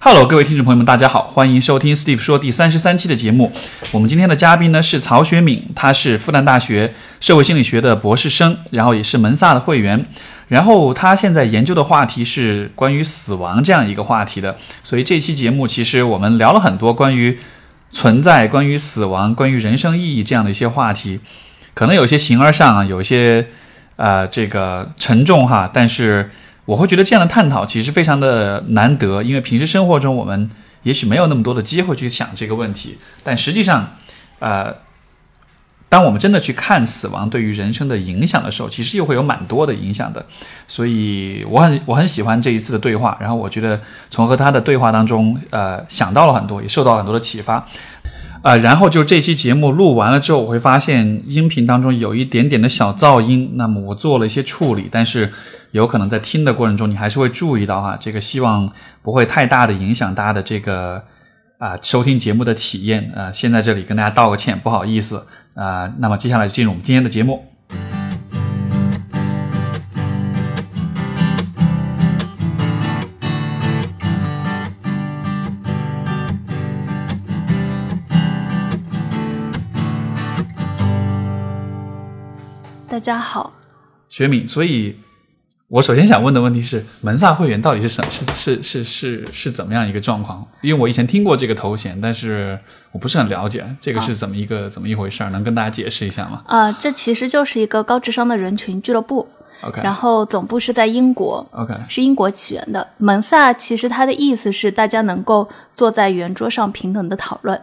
Hello，各位听众朋友们，大家好，欢迎收听 Steve 说第三十三期的节目。我们今天的嘉宾呢是曹学敏，他是复旦大学社会心理学的博士生，然后也是门萨的会员。然后他现在研究的话题是关于死亡这样一个话题的，所以这期节目其实我们聊了很多关于存在、关于死亡、关于人生意义这样的一些话题，可能有些形而上，啊有些呃这个沉重哈，但是。我会觉得这样的探讨其实非常的难得，因为平时生活中我们也许没有那么多的机会去想这个问题，但实际上，呃，当我们真的去看死亡对于人生的影响的时候，其实又会有蛮多的影响的。所以我很我很喜欢这一次的对话，然后我觉得从和他的对话当中，呃，想到了很多，也受到了很多的启发。呃，然后就这期节目录完了之后，我会发现音频当中有一点点的小噪音，那么我做了一些处理，但是有可能在听的过程中，你还是会注意到哈，这个希望不会太大的影响大家的这个啊、收听节目的体验啊、呃先在这里跟大家道个歉，不好意思啊、呃那么接下来就进入我们今天的节目。大家好，学敏，所以我首先想问的问题是，门萨会员到底是什是是是是是怎么样一个状况？因为我以前听过这个头衔，但是我不是很了解这个是怎么一个、怎么一回事儿，能跟大家解释一下吗呃，这其实就是一个高智商的人群俱乐部， ？OK 嗯然后总部是在英国， OK 是英国起源的。蒙萨其实它的意思是大家能够坐在圆桌上平等的讨论，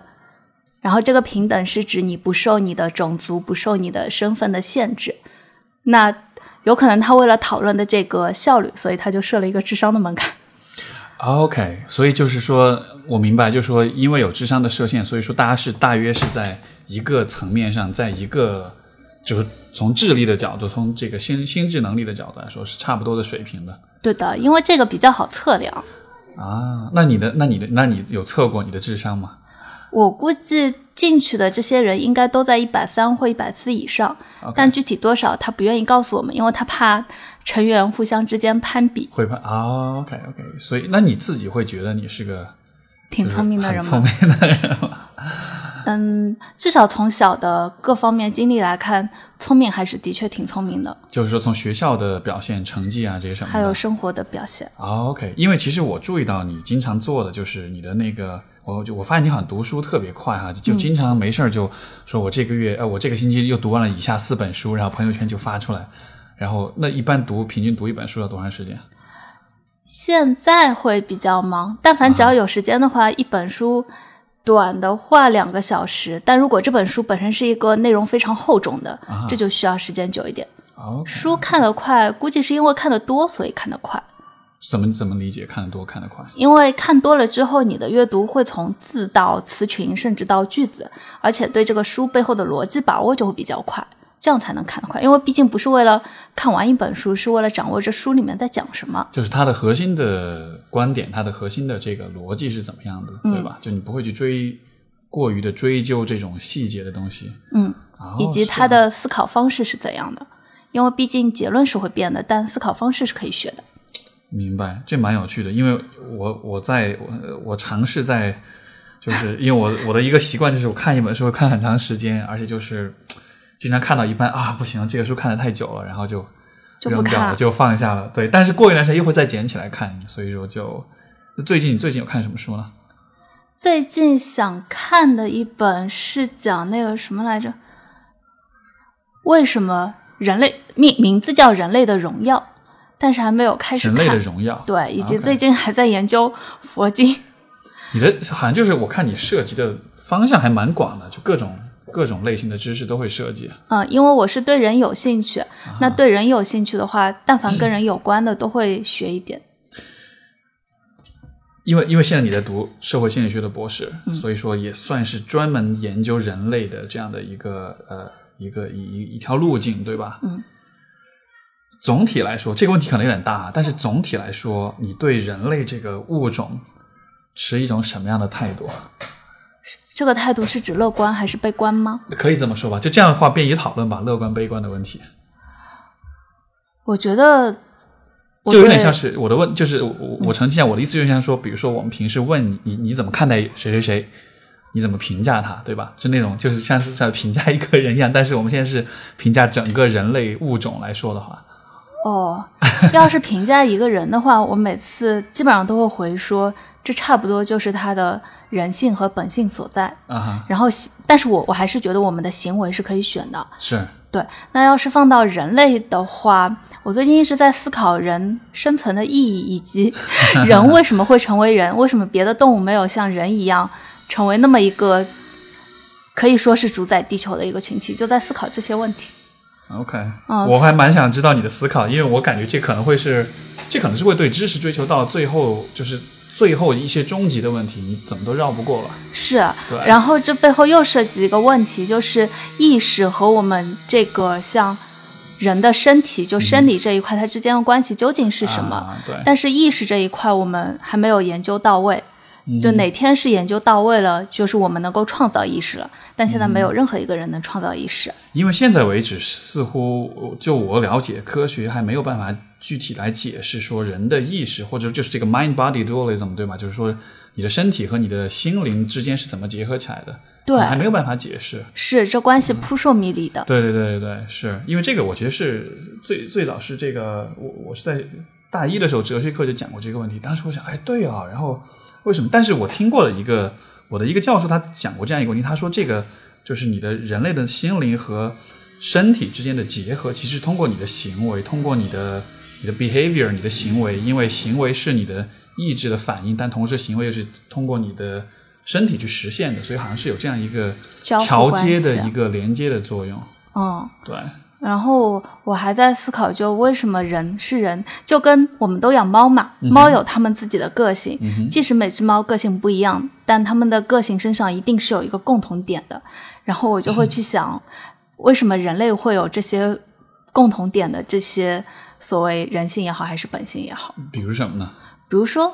然后这个平等是指你不受你的种族、不受你的身份的限制。那有可能他为了讨论的这个效率，所以他就设了一个智商的门槛。 OK，所以就是说我明白，就是说因为有智商的设限，所以说大家是大约是在一个层面上，在一个就是从智力的角度，从这个心心智能力的角度来说是差不多的水平的对的，因为这个比较好测量。啊。那你的那你的那你有测过你的智商吗？我估计进去的这些人应该都在一百三或一百四以上 OK 但具体多少他不愿意告诉我们，因为他怕成员互相之间攀比。会判啊，OK，OK、o k OK，所以那你自己会觉得你是个挺就是聪明的很人聪嘛，明的人吗？ 嗯，至少从小的各方面经历来看，聪明还是的确挺聪明的，就是说从学校的表现、成绩啊这些什么的，还有生活的表现。啊，OK，因为其实我注意到你经常做的就是你的那个，我就我发现你好像读书特别快哈、就嗯经常没事儿就说我这个月，呃，我这个星期又读完了以下四本书，然后朋友圈就发出来，然后那一般读平均读一本书要多长时间？现在会比较忙，但凡只啊要有时间的话，一本书短的话两个小时，但如果这本书本身是一个内容非常厚重的，啊这就需要时间久一点。哦，书看得快，估计是因为看得多，所以看得快。怎么怎么理解？看得多，看得快。因为看多了之后，你的阅读会从字到词群，甚至到句子，而且对这个书背后的逻辑把握就会比较快，这样才能看得快。因为毕竟不是为了看完一本书，是为了掌握这书里面在讲什么。就是它的核心的观点，它的核心的这个逻辑是怎么样的，嗯对吧？就你不会去追过于的追究这种细节的东西，嗯，哦以及是他的思考方式是怎样的。因为毕竟结论是会变的，但思考方式是可以学的。明白，这蛮有趣的，因为我我在我我尝试在，就是因为我我的一个习惯就是我看一本书会看很长时间，而且就是经常看到一半啊不行，这个书看的太久了，然后就就不扔掉看了，了就放下了。对，但是过一段时间又会再捡起来看，所以说就最近最近有看什么书呢？最近想看的一本是讲那个什么来着？为什么人类名名字叫《人类的荣耀》，但是还没有开始人看。类的荣耀，对，以及 OK 最近还在研究佛经。你的好像就是我看你涉及的方向还蛮广的，就各种各种类型的知识都会涉及。嗯，因为我是对人有兴趣，啊那对人有兴趣的话，但凡跟人有关的都会学一点。因为因为现在你在读社会心理学的博士，嗯所以说也算是专门研究人类的这样的一个呃一个一一一条路径，对吧？嗯。总体来说，这个问题可能有点大，但是总体来说，你对人类这个物种持一种什么样的态度？啊这个态度是指乐观还是悲观吗？可以这么说吧，就这样的话便于讨论吧，乐观悲观的问题。我觉得我就有点对嗯像是我的问，就是我我我澄清一下，我的意思就像说，比如说我们平时问你你你怎么看待谁谁谁，你怎么评价他，对吧？是那种就是像是像评价一个人一样，但是我们现在是评价整个人类物种来说的话，哦，要是评价一个人的话，我每次基本上都会回说，这差不多就是他的人性和本性所在。啊哈，然后行，但是我我还是觉得我们的行为是可以选的。是对，那要是放到人类的话，我最近一直在思考人生存的意义，以及人为什么会成为人，为什么别的动物没有像人一样成为那么一个可以说是主宰地球的一个群体，就在思考这些问题。 OK，、嗯我还蛮想知道你的思考，因为我感觉这可能会是，这可能是会对知识追求到最后就是最后一些终极的问题，你怎么都绕不过吧？是，啊对，然后这背后又涉及一个问题，就是意识和我们这个像人的身体，就生理这一块，它之间的关系究竟是什么？啊、对，但是意识这一块，我们还没有研究到位。就嗯哪天是研究到位了，就是我们能够创造意识了。但现在没有任何一个人能创造意识。因为现在为止，似乎就我了解，科学还没有办法具体来解释说人的意识，或者就是这个 mind body dualism，对吧？就是说你的身体和你的心灵之间是怎么结合起来的，对还没有办法解释。是这关系扑朔迷离的。对对对对对，是因为这个，我觉得是最最早是这个，我我是在大一的时候哲学课就讲过这个问题。当时我想，哎，对啊，然后为什么？但是我听过了一个我的一个教授，他讲过这样一个问题，他说这个就是你的人类的心灵和身体之间的结合，其实通过你的行为，通过你的你的 behavior，你的行为，因为行为是你的意志的反应，但同时行为又是通过你的身体去实现的，所以好像是有这样一个交互调关节的系啊一个连接的作用。嗯，对，然后我还在思考，就为什么人是人，就跟我们都养猫嘛，嗯哼猫有它们自己的个性，嗯哼，即使每只猫个性不一样，但它们的个性身上一定是有一个共同点的。然后我就会去想，嗯为什么人类会有这些共同点的这些所谓人性也好，还是本性也好？比如什么呢？比如说，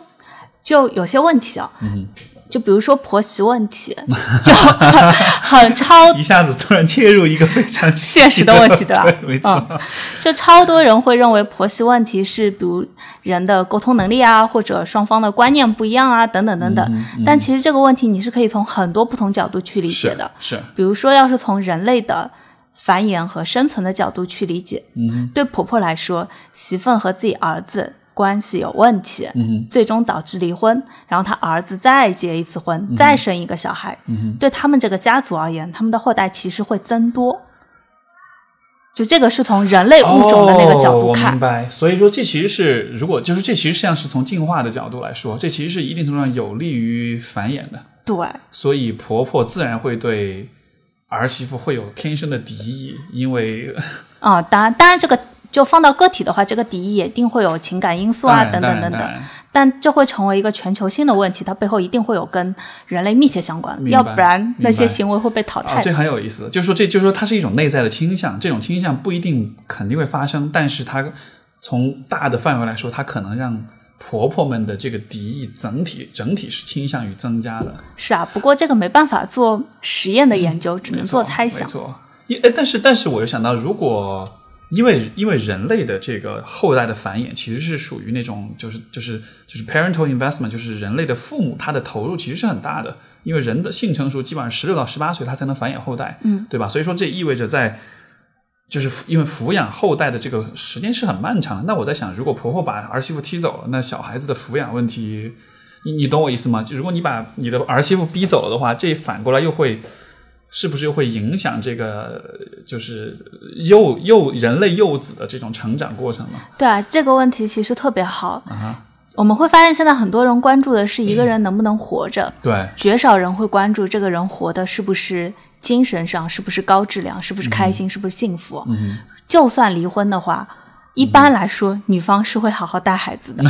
就有些问题啊，嗯就比如说婆媳 问题，就很很超哼，一下子突然切入一个非 常现实的问题对吧 嗯对，没错。嗯就超多人会认为婆媳问题是比如人的沟通能力啊，或者双方的观念不一样啊，等等等等。嗯嗯但其实这个问题你是可以从很多不同角度去理解是的。是，比如说，要是从人类的繁衍和生存的角度去理解，嗯哼，对婆婆来说，媳妇和自己儿子关系有问题，嗯哼，最终导致离婚，然后她儿子再结一次婚，再生一个小孩。嗯哼，对他们这个家族而言，他们的后代其实会增多。就这个是从人类物种的那个角哦度我看，明白。所以说，这其实是如果就是这其实像是从进化的角度来说，这其实是一定程度上有利于繁衍的。对，所以婆婆自然会对儿媳妇会有天生的敌意，因为啊、当然，当然这个就放到个体的话，这个敌意也一定会有情感因素啊， 当然等当等然等当等，然但这会成为一个全球性的问题，它背后一定会有跟人类密切相关的，明白要不然那些明白行为会被淘啊，汰这的。很有意思，就是说这就是说它是一种内在的倾向，这种倾向不一定肯定会发生，但是它从大的范围来说，它可能让婆婆们的这个敌意整体整体是倾向于增加的，是啊，不过这个没办法做实验的研究，只嗯没能错做猜没想。错，因哎但是但是我又想到，如果因为因为人类的这个后代的繁衍其实是属于那种就是就是就是 parental investment，就是人类的父母他的投入其实是很大的，因为人的性成熟基本上十六到十八岁他才能繁衍后代，嗯，对吧？所以说这意味着在就是因为抚养后代的这个时间是很漫长的。那我在想，如果婆婆把儿媳妇踢走了，那小孩子的抚养问题，你你懂我意思吗？就如果你把你的儿媳妇逼走了的话，这反过来又会是不是又会影响这个呃就是幼幼人类幼子的这种成长过程呢？对啊，这个问题其实特别好。啊哈，我们会发现，现在很多人关注的是嗯一个人能不能活着，对，绝少人会关注这个人活的是不是精神上是不是高质量，是不是开心，是不是幸福。嗯就算离婚的话，一般来说、女方是会好好带孩 子的。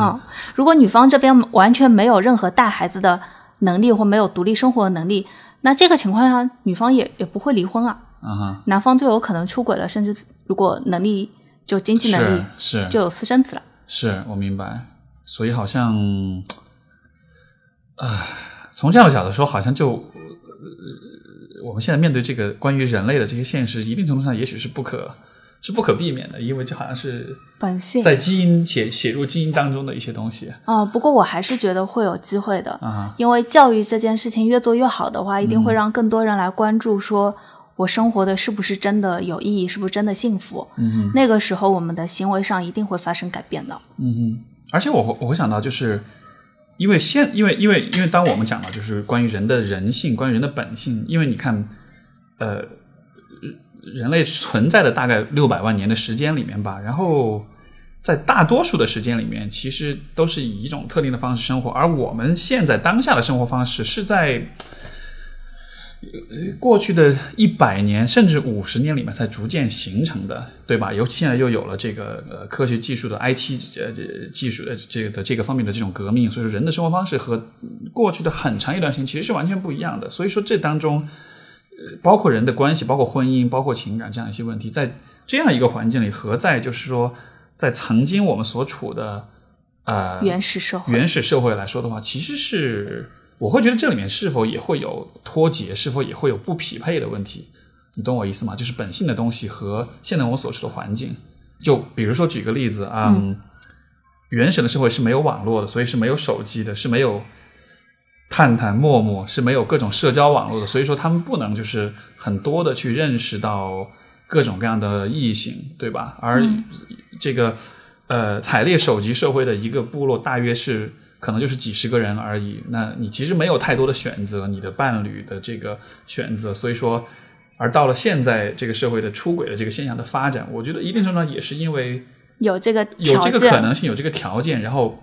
嗯，如果女方这边完全没有任何带孩子的能力或没有独立生活的能力，那这个情况下女方也也不会离婚啊，啊哈，男方就有可能出轨了，甚至如果能力就经济能力是是就有私生子了。是我明白，所以好像，唉，从这样的角度说，好像就、呃我们现在面对这个关于人类的这些现实，一定程度上也许是不可是不可避免的，因为这好像是本性在基因写写入基因当中的一些东西啊、不过我还是觉得会有机会的，啊。因为教育这件事情越做越好的嗯话，一定会让更多人来关注，说我生活的是不是真的有意义，是不是真的幸福。嗯那个时候，我们的行为上一定会发生改变的。嗯哼，而且我会我会想到，就是因为现因为因为因为当我们讲到就是关于人的人性，关于人的本性，因为你看，呃，人类存在的大概六百万年的时间里面吧，然后在大多数的时间里面，其实都是以一种特定的方式生活，而我们现在当下的生活方式是在。呃过去的一百年甚至五十年里面才逐渐形成的，对吧？尤其现在又有了这个呃科学技术的 IT 呃这技术呃这个的这个方面的这种革命，所以说人的生活方式和过去的很长一段时间其实是完全不一样的。所以说这当中，呃包括人的关系，包括婚姻，包括情感这样一些问题，在这样一个环境里，和在就是说在曾经我们所处的呃原始社会，原始社会来说的话，其实是我会觉得这里面是否也会有脱节，是否也会有不匹配的问题？你懂我意思吗？就是本性的东西和现在我所处的环境，就比如说举个例子啊、嗯原始的社会是没有网络的，所以是没有手机的，是没有探探、陌陌，是没有各种社交网络的，所以说他们不能就是很多的去认识到各种各样的异性，对吧？而嗯这个呃采猎首级社会的一个部落，大约是可能就是几十个人而已。那你其实没有太多的选择，你的伴侣的这个选择，所以说。而到了现在这个社会的出轨的这个现象的发展，我觉得一定程度上也是因为有这个有条这件，个可能性，有这个条件，然后，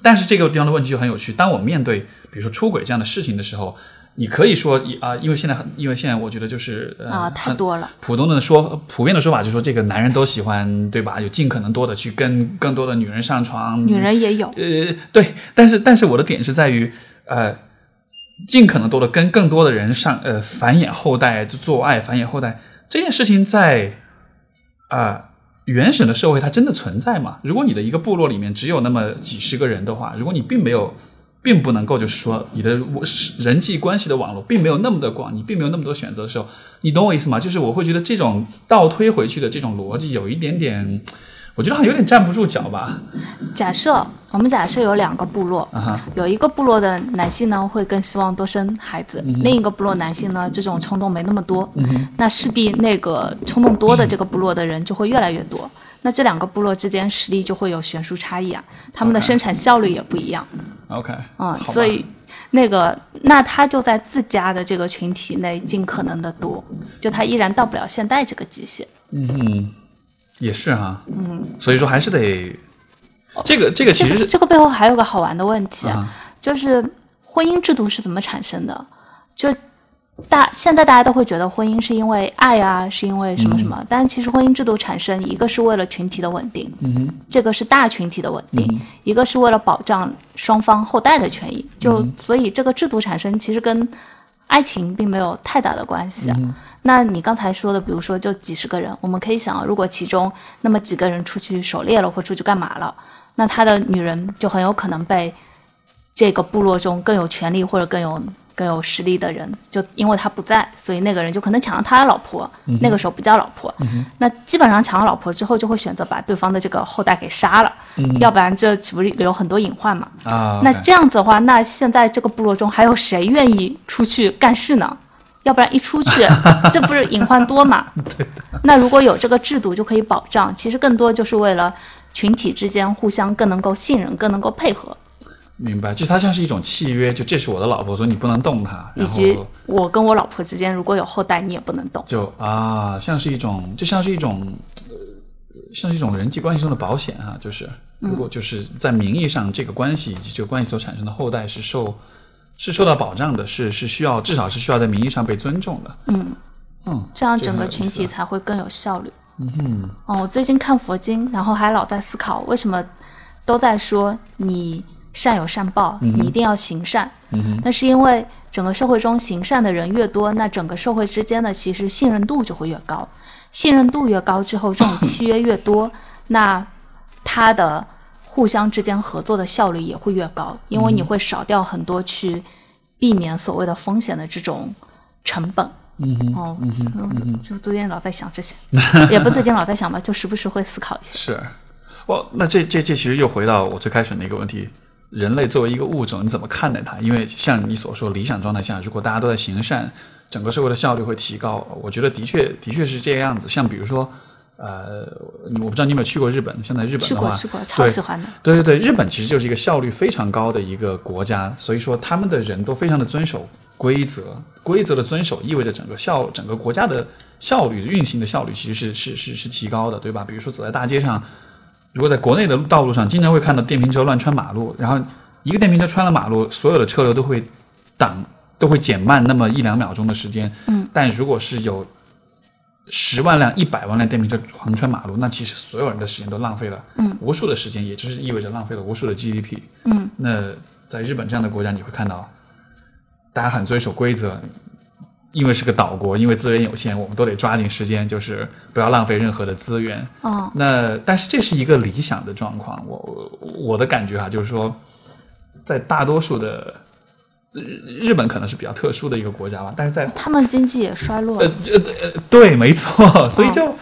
但是这个地方的问题就很有趣。当我们面对比如说出轨这样的事情的时候，你可以说以啊、因为现在很，因为现在我觉得就是呃啊太很多了普通的说，普遍的说法就是说，这个男人都喜欢，对吧？有尽可能多的去跟更多的女人上床，女人也有，呃，对，但是但是我的点是在于，呃，尽可能多的跟更多的人上呃繁衍后代，就做爱繁衍后代这件事情在，呃原始的社会它真的存在吗？如果你的一个部落里面只有那么几十个人的话，如果你并没有。并不能够就是说你的我人际关系的网络并没有那么的广，你并没有那么多选择的时候，你懂我意思吗？就是我会觉得这种倒推回去的这种逻辑有一点点，我觉得好像有点站不住脚吧。假设我们假设有两个部落，啊哈，有一个部落的男性呢会更希望多生孩子，嗯另一个部落男性呢这种冲动没那么多，那势必那个冲动多的这个部落的人就会越来越多。那这两个部落之间实力就会有悬殊差异啊，他们的 OK 生产效率也不一样 OK，啊、好吧所以那个那他就在自家的这个群体内尽可能的多，就他依然到不了现代这个极限。嗯，也是哈，嗯，所以说还是得，这个这个其哦这实个是这个背后还有个好玩的问题，啊就是婚姻制度是怎么产生的？就大现在大家都会觉得婚姻是因为爱啊，是因为什么什么，但其实婚姻制度产生，一个是为了群体的稳定，哼这个是大群体的稳定，一个是为了保障双方后代的权益。就、所以这个制度产生其实跟爱情并没有太大的关系啊、那你刚才说的，比如说就几十个人，我们可以想，啊如果其中那么几个人出去狩猎了或出去干嘛了，那他的女人就很有可能被这个部落中更有权力或者更有更有实力的人，就因为他不在，所以那个人就可能抢了他的老婆，那个时候不叫老婆。那基本上抢了老婆之后，就会选择把对方的这个后代给杀了，要不然这岂不是有很多隐患嘛？啊，那 OK 这样子的话，那现在这个部落中还有谁愿意出去干事呢？要不然一出去，这不是隐患多嘛？那如果有这个制度，就可以保障。其实更多就是为了群体之间互相更能够信任，更能够配合，明白，就它像是一种契约，就这是我的老婆，所以你不能动她，以然及后我跟我老婆之间如果有后代，你也不能动。就啊，像是一种，就像是一种，呃像是一种人际关系中的保险哈、就是嗯如果就是在名义上这个关系以及这个关系所产生的后代是受是受到保障的，是是需要至少是需要在名义上被尊重的，嗯嗯，这样这个很整个有意群思体才会更有效率。嗯哼，哦，我最近看佛经，然后还老在思考为什么都在说你善有善报，你一定要行善。嗯哼那是因为整个社会中行善的人越多，那整个社会之间的其实信任度就会越高。信任度越高之后，这种契约越多，那它的互相之间合作的效率也会越高，因嗯为你会少掉很多去避免所谓的风险的这种成本。嗯哦，嗯就最近老在想这些， 也不最近老在想吧，就时不时会思考一下。是，哦，那这这这其实又回到我最开始那个问题，人类作为一个物种，你怎么看待它？因为像你所说，理想状态下，如果大家都在行善，整个社会的效率会提高。我觉得的确的确是这个样子。像比如说，呃，你我不知道你有没有去过日本，像在日本去的过话，去过，超喜欢的。对对对，日本其实就是一个效率非常高的一个国家，所以说他们的人都非常的遵守规则，规则的遵守意味着整个效整个国家的效率运行的效率其实是是是是提高的，对吧？比如说走在大街上，如果在国内的道路上，经常会看到电瓶车乱穿马路，然后一个电瓶车穿了马路，所有的车流都会挡，都会减慢那么一两秒钟的时间。嗯，但如果是有十万辆、一百万辆电瓶车横穿马路，那其实所有人的时间都浪费了，嗯，无数的时间，也就是意味着浪费了无数的 GDP。嗯，那在日本这样的国家，你会看到大家很遵守规则，因为是个岛国，因为资源有限，我们都得抓紧时间，就是不要浪费任何的资源。哦，那但是这是一个理想的状况，我我我的感觉啊，就是说，在大多数的日日本可能是比较特殊的一个国家吧，但是在他们经济也衰落呃了。这呃对，没错，哦所以就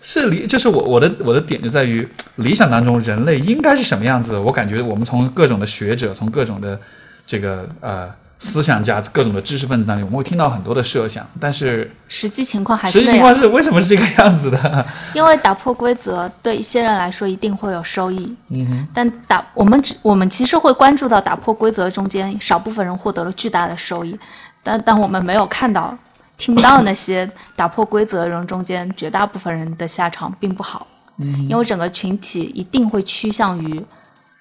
是理，就是我我的我的点就在于理想当中人类应该是什么样子的。我感觉我们从各种的学者，从各种的这个呃思想家、各种的知识分子那里，我们会听到很多的设想，但是实际情况还实是际那情样，况是为什么是这个样子的？因为打破规则对一些人来说一定会有收益，嗯哼，但打我们只我们其实会关注到打破规则中间少部分人获得了巨大的收益，但但我们没有看到、听到那些打破规则的人中间绝大部分人的下场并不好，嗯因为整个群体一定会趋向于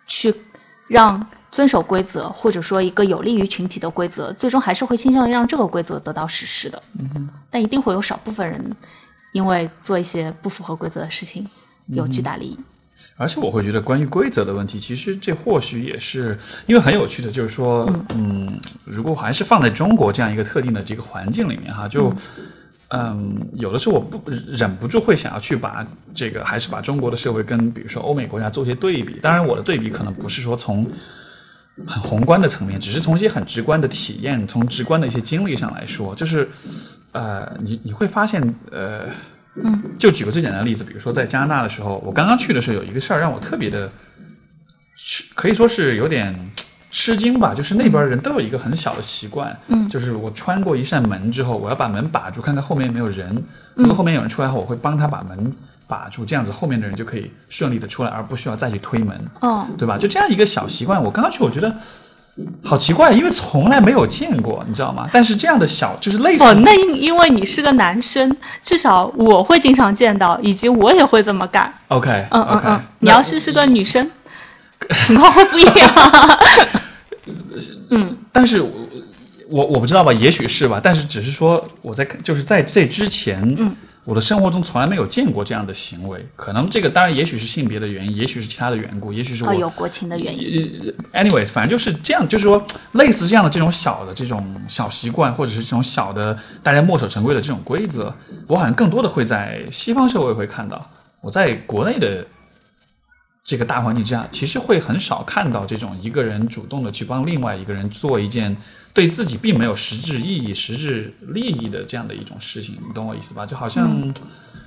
去让遵守规则，或者说一个有利于群体的规则，最终还是会倾向于让这个规则得到实施的。嗯但一定会有少部分人因为做一些不符合规则的事情有巨大利益。而且我会觉得，关于规则的问题，其实这或许也是因为很有趣的，就是说，嗯，如果还是放在中国这样一个特定的这个环境里面哈，就，嗯，有的时候我不忍不住会想要去把这个，还是把中国的社会跟比如说欧美国家做一些对比。当然，我的对比可能不是说从很宏观的层面，只是从一些很直观的体验，从直观的一些经历上来说，就是，呃，你你会发现，呃，就举个最简单的例子，比如说在加拿大的时候，我刚刚去的时候有一个事儿让我特别的吃，可以说是有点吃惊吧。就是那边人都有一个很小的习惯，嗯，就是我穿过一扇门之后，我要把门把住，看看后面有没有人。如嗯果后面有人出来后，我会帮他把门把住，这样子后面的人就可以顺利的出来，而不需要再去推门。哦，对吧？就这样一个小习惯，我刚刚去我觉得好奇怪，因为从来没有见过，你知道吗？但是这样的小就是类似哦，那因因为你是个男生，至少我会经常见到，以及我也会这么干。 OK 嗯嗯 OK，嗯，你要是是个女生，情况会不一样。但是我我我不知道吧，也许是吧，但是只是说我在看，就是在这之前，嗯，我的生活中从来没有见过这样的行为，可能这个当然也许是性别的原因，也许是其他的缘故，也许是我、哦，有国情的原因。 anyways，反正就是这样，就是说类似这样的这种小的这种小习惯，或者是这种小的大家墨守成规的这种规则，我好像更多的会在西方社会会看到。我在国内的这个大环境之下，其实会很少看到这种一个人主动的去帮另外一个人做一件对自己并没有实质意义、实质利益的这样的一种事情，你懂我意思吧？就好像、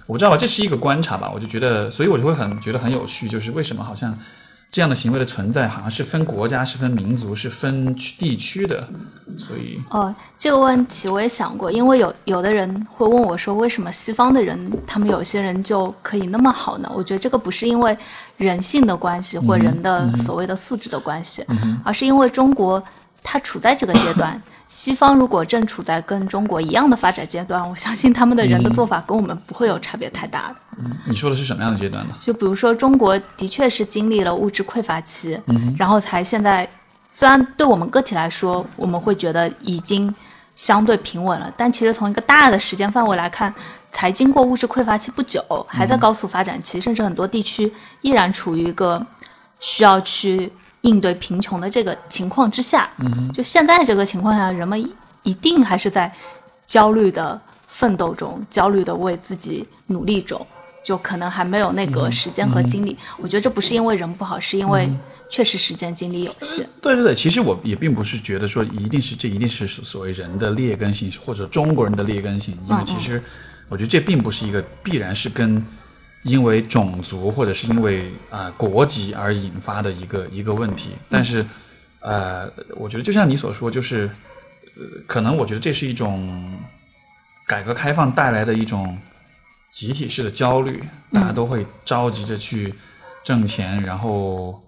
我不知道吧，这是一个观察吧，我就觉得，所以我就会很觉得很有趣，就是为什么好像这样的行为的存在，好像是分国家、是分民族、是分区地区的，所以哦，这个问题我也想过，因为有有的人会问我说，为什么西方的人，他们有些人就可以那么好呢？我觉得这个不是因为人性的关系或人的所谓的素质的关系，而是因为中国它处在这个阶段。西方如果正处在跟中国一样的发展阶段，我相信他们的人的做法跟我们不会有差别太大的。你说的是什么样的阶段呢？就比如说，中国的确是经历了物质匮乏期，然后才现在，虽然对我们个体来说，我们会觉得已经相对平稳了，但其实从一个大的时间范围来看，才经过物质匮乏期不久，还在高速发展期，甚至很多地区依然处于一个需要去应对贫穷的这个情况之下。就现在这个情况下，人们一一定还是在焦虑的奋斗中，焦虑的为自己努嗯力中，就可能还没有那个时间和精力。我觉得这不是因为人不好，是因为确实时间精力有限。对对对，其实我也并不是觉得说一定是这一定是所谓人的劣根性，或者中国人的劣根性，因为其实我觉得这并不是一个必然是跟因为种族或者是因为啊、呃国籍而引发的一个一个问题。但是呃，我觉得就像你所说，就是呃，可能我觉得这是一种改革开放带来的一种集体式的焦虑，嗯大家都会着急着去挣钱，然后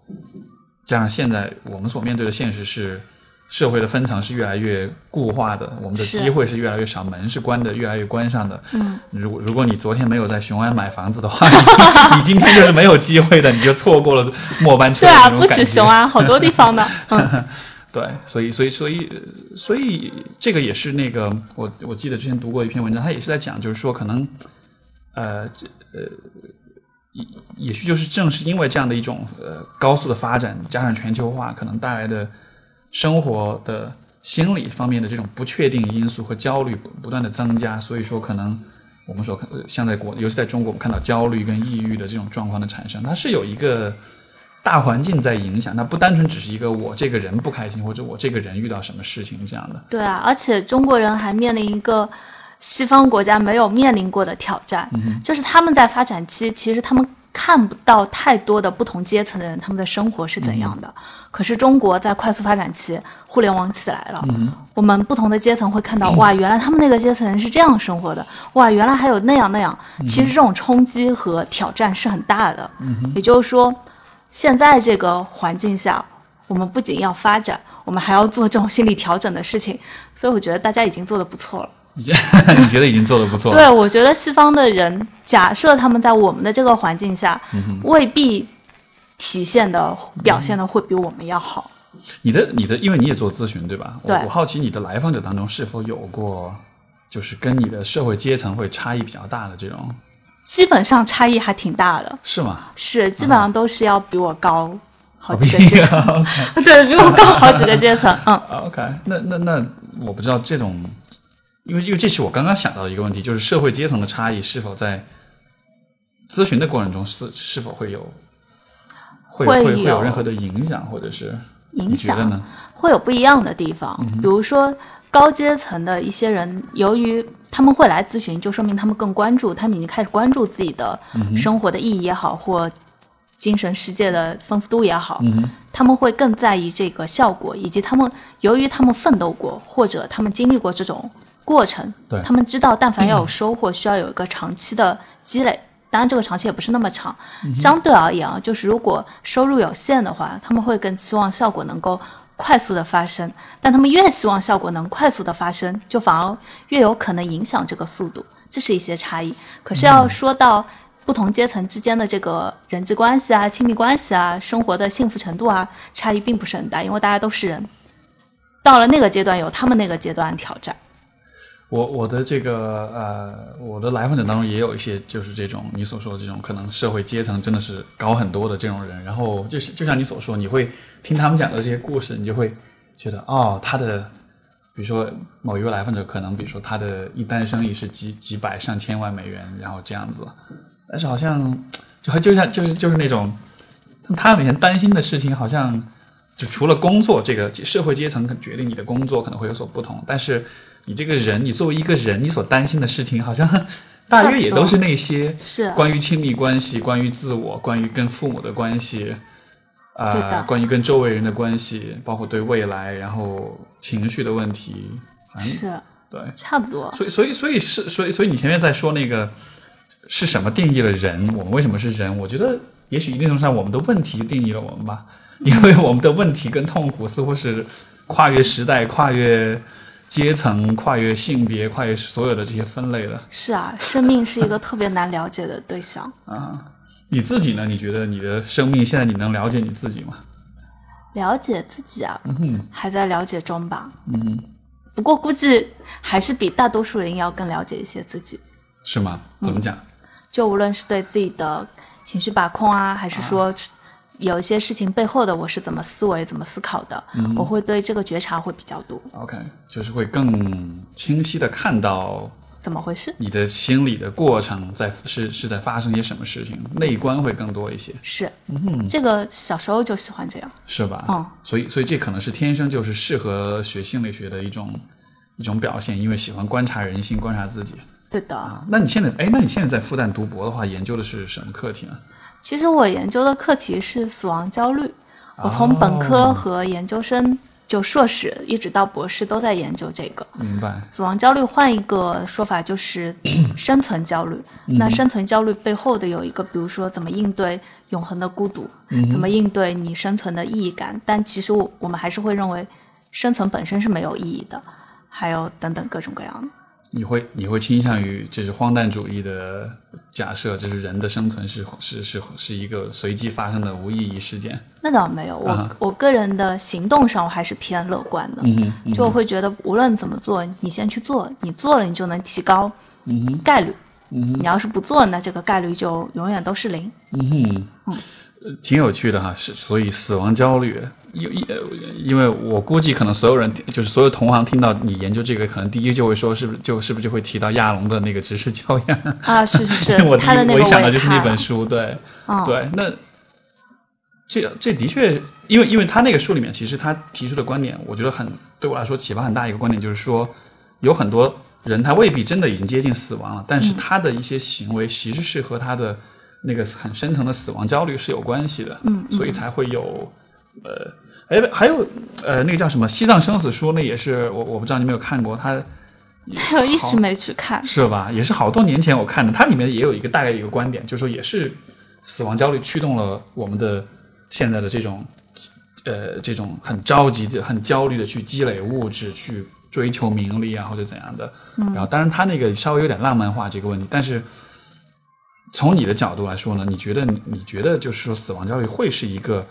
加上现在我们所面对的现实是，社会的分层是越来越固化的，我们的是机会是越来越少，门是关的越来越关上的。嗯，如果如果你昨天没有在雄安买房子的话， 你你今天就是没有机会的，你就错过了末班车对的啊，那种不感觉。止雄安，好多地方呢。嗯，对，所以所以所以呃所以这个也是那个我我记得之前读过一篇文章，他也是在讲，就是说可能呃这呃也也许就是正是因为这样的一种呃高速的发展，加上全球化可能带来的生活的心理方面的这种不确定因素和焦虑不不断的增加，所以说可能。我们所看，呃像在国，尤其在中国，我们看到焦虑跟抑郁的这种状况的产生，它是有一个大环境在影响，它不单纯只是一个我这个人不开心，或者我这个人遇到什么事情这样的。对啊，而且中国人还面临一个西方国家没有面临过的挑战，就是他们在发展期，其实他们看不到太多的不同阶层的人他们的生活是怎样的。可是中国在快速发展期，互联网起来了，我们不同的阶层会看到，哇，原来他们那个阶层人是这样生活的，哇，原来还有那样那样。其实这种冲击和挑战是很大的。也就是说，现在这个环境下，我们不仅要发展，我们还要做这种心理调整的事情，所以我觉得大家已经做得不错了。你觉得 已经做得不错了？对，我觉得西方的人，假设他们在我们的这个环境下，嗯未必体现的表现的会比我们要好。你的你的，因为你也做咨询对吧？对我我好奇你的来访者当中是否有过，就是跟你的社会阶层会差异比较大的这种，基本上差异还挺大的，是吗？是基本上嗯都是要比我高好几个阶层， OK 对比我高好几个阶层，嗯。 OK，那那那我不知道这种，因为因为这是我刚刚想到的一个问题，就是社会阶层的差异是否在咨询的过程中是是否会有会会会会有有任何的影响，或者是影 你觉得响呢？会有不一样的地方。嗯比如说高阶层的一些人，由于他们会来咨询，就说明他们更关注，他们已经开始关注自己的嗯生活的意义也好，或精神世界的丰富度也好，嗯哼他们会更在意这个效果，以及他们由于他们奋斗过，或者他们经历过这种过程对，他们知道，但凡要 有收获，需要有一个长期的积累。当然，这个长期也不是那么长，相对而言啊，就是如果收入有限的话，他们会更期望效果能够快速的发生，但他们越希望效果能快速的发生，就反而越有可能影响这个速度，这是一些差异。可是要说到不同阶层之间的这个人际关系啊、亲密关系啊、生活的幸福程度啊，差异并不是很大，因为大家都是人。到了那个阶段，有他们那个阶段的挑战。我我的这个呃，我的来访者当中也有一些就是这种你所说的这种可能社会阶层真的是高很多的这种人，然后就是就像你所说，你会听他们讲的这些故事，你就会觉得哦，他的比如说某一位来访者可能比如说他的一单生意是几几百上千万美元，然后这样子，但是好像就就像就是就是那种他每天担心的事情好像。就除了工作这个社会阶层可决定你的工作可能会有所不同，但是你这个人，你作为一个人，你所担心的事情好像大约也都是那些是啊关于亲密关系、关于自我、关于跟父母的关系，对呃，的关于跟周围人的关系，包括对未来，然后情绪的问题，反正是对，差不多。所以所以所以是所以所以你前面在说那个是什么定义了人？我们为什么是人？我觉得也许一定程度上我们的问题定义了我们 吧，因为我们的问题跟痛苦似乎是跨越时代、跨越阶层、跨越性别、跨越所有的这些分类的是啊，生命是一个特别难了解的对象。啊。你自己呢？你觉得你的生命现在你能了解你自己吗？了解自己啊，嗯哼还在了解中吧。嗯哼，不过估计还是比大多数人要更了解一些自己。是吗？怎么讲？就无论是对自己的情绪把控啊，还是说有一些事情背后的我是怎么思维、怎么思考的，嗯我会对这个觉察会比较多。 OK，就是会更清晰的看到怎么回事？你的心理的过程在是是在发生些什么事情，内观会更多一些，是，嗯这个小时候就喜欢这样。是吧？嗯所以所以这可能是天生就是适合学心理学的一种一种表现，因为喜欢观察人性，观察自己。对的，那你现在哎，那你现在在复旦读博的话，研究的是什么课题呢？啊其实我研究的课题是死亡焦虑，我哦从本科和研究生就硕士一直到博士都在研究这个。明白，死亡焦虑换一个说法就是 生存焦虑。嗯那生存焦虑背后的有一个，比如说怎么应对永恒的孤独，嗯怎么应对你生存的意义感。但其实我我们还是会认为生存本身是没有意义的，还有等等各种各样的。你会你会倾向于这是荒诞主义的假设，就是人的生存是是是是一个随机发生的无意义事件。那倒没有，我、啊我个人的行动上我还是偏乐观的，嗯嗯就我会觉得无论怎么做，你先去做，你做了你就能提高嗯概率。你要是不做，那这个概率就永远都是零。嗯哼，呃挺有趣的哈，是所以死亡焦虑，因因呃因为我估计可能所有人就是所有同行听到你研究这个，可能第一就会说是不是就是不是就会提到亚龙的那个《直视教养》 啊，是是是，我第他的一那我个一想到也就是看那本了书，对、嗯对，那这这的确，因为因为他那个书里面其实他提出的观点，我觉得很对我来说启发很大一个观点，就是说有很多人他未必真的已经接近死亡了，但嗯是他的一些行为其实是和他的那个很深层的死亡焦虑是有关系的，嗯，所以才会有呃。哎，还有，呃，那个叫什么《西藏生死书》，那也是我我不知道你有没有看过，他我一直没去看。是吧？也是好多年前我看的，它里面也有一个大概一个观点，就是说也是死亡焦虑驱动了我们的现在的这种呃这种很着急的、很焦虑的去积累物质、去追求名利啊或者怎样的。然后，当然他那个稍微有点浪漫化这个问题，但是从你的角度来说呢，你觉得你你觉得就是说死亡焦虑会是一个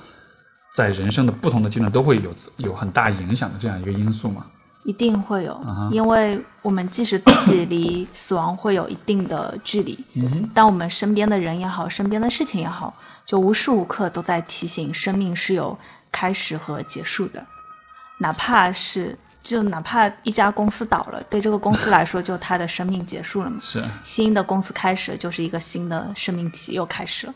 在人生的不同的阶段都会有有很大影响的这样一个因素吗？一定会有，嗯因为我们即使自己离死亡会有一定的距离，嗯但我们身边的人也好，身边的事情也好，就无时无刻都在提醒生命是有开始和结束的，哪怕是就哪怕一家公司倒了，对这个公司来说，就它的生命结束了嘛，是，新的公司开始就是一个新的生命期又开始了。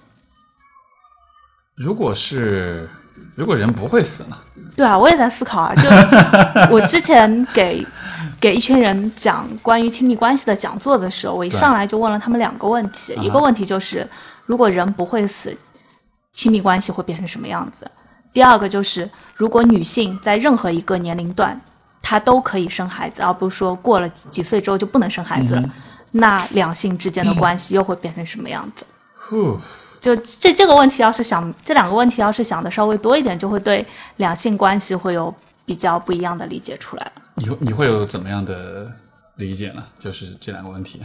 如果是如果人不会死呢？对啊，我也在思考啊。就我之前给给一群人讲关于亲密关系的讲座的时候，我一对上来就问了他们两个问题，一个问题就是如果人不会死，亲密关系会变成什么样子？第二个就是如果女性在任何一个年龄段，她都可以生孩子，而不是说过了几几岁之后就不能生孩子了，那两性之间的关系又会变成什么样子？呼，就这这个问题，要是想这两个问题，要是想的稍微多一点，就会对两性关系会有比较不一样的理解出来了。你会你会有怎么样的理解呢？就是这两个问题，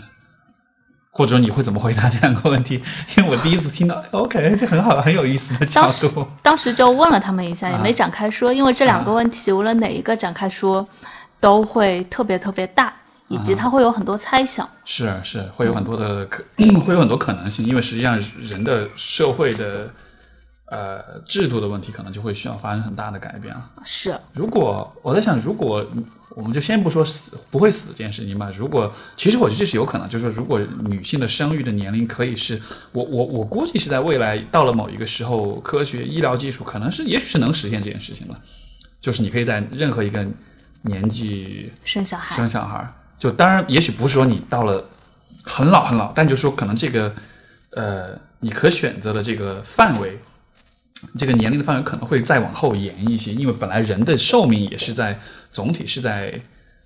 或者说你会怎么回答这两个问题？因为我第一次听到，OK，这很好，很有意思的角当时度。当时就问了他们一下，也啊没展开说，因为这两个问题无论哪一个展开说，都会特别特别大，以啊及它会有很多猜想。是是，会有很多的可，会有很多可能性，因为实际上人的社会的呃制度的问题，可能就会需要发生很大的改变了。啊是如果我在想，如果嗯我们就先不说死不会死这件事情吧，如果其实我觉得这是有可能，就是说如果女性的生育的年龄可以是，我我我估计是在未来到了某一个时候，科学医疗技术可能是也许是能实现这件事情的，就是你可以在任何一个年纪生小孩生小孩儿，就当然也许不是说你到了很老很老，但就说可能这个呃你可选择的这个范围，这个年龄的范围可能会再往后延一些，因为本来人的寿命也是在总体是在。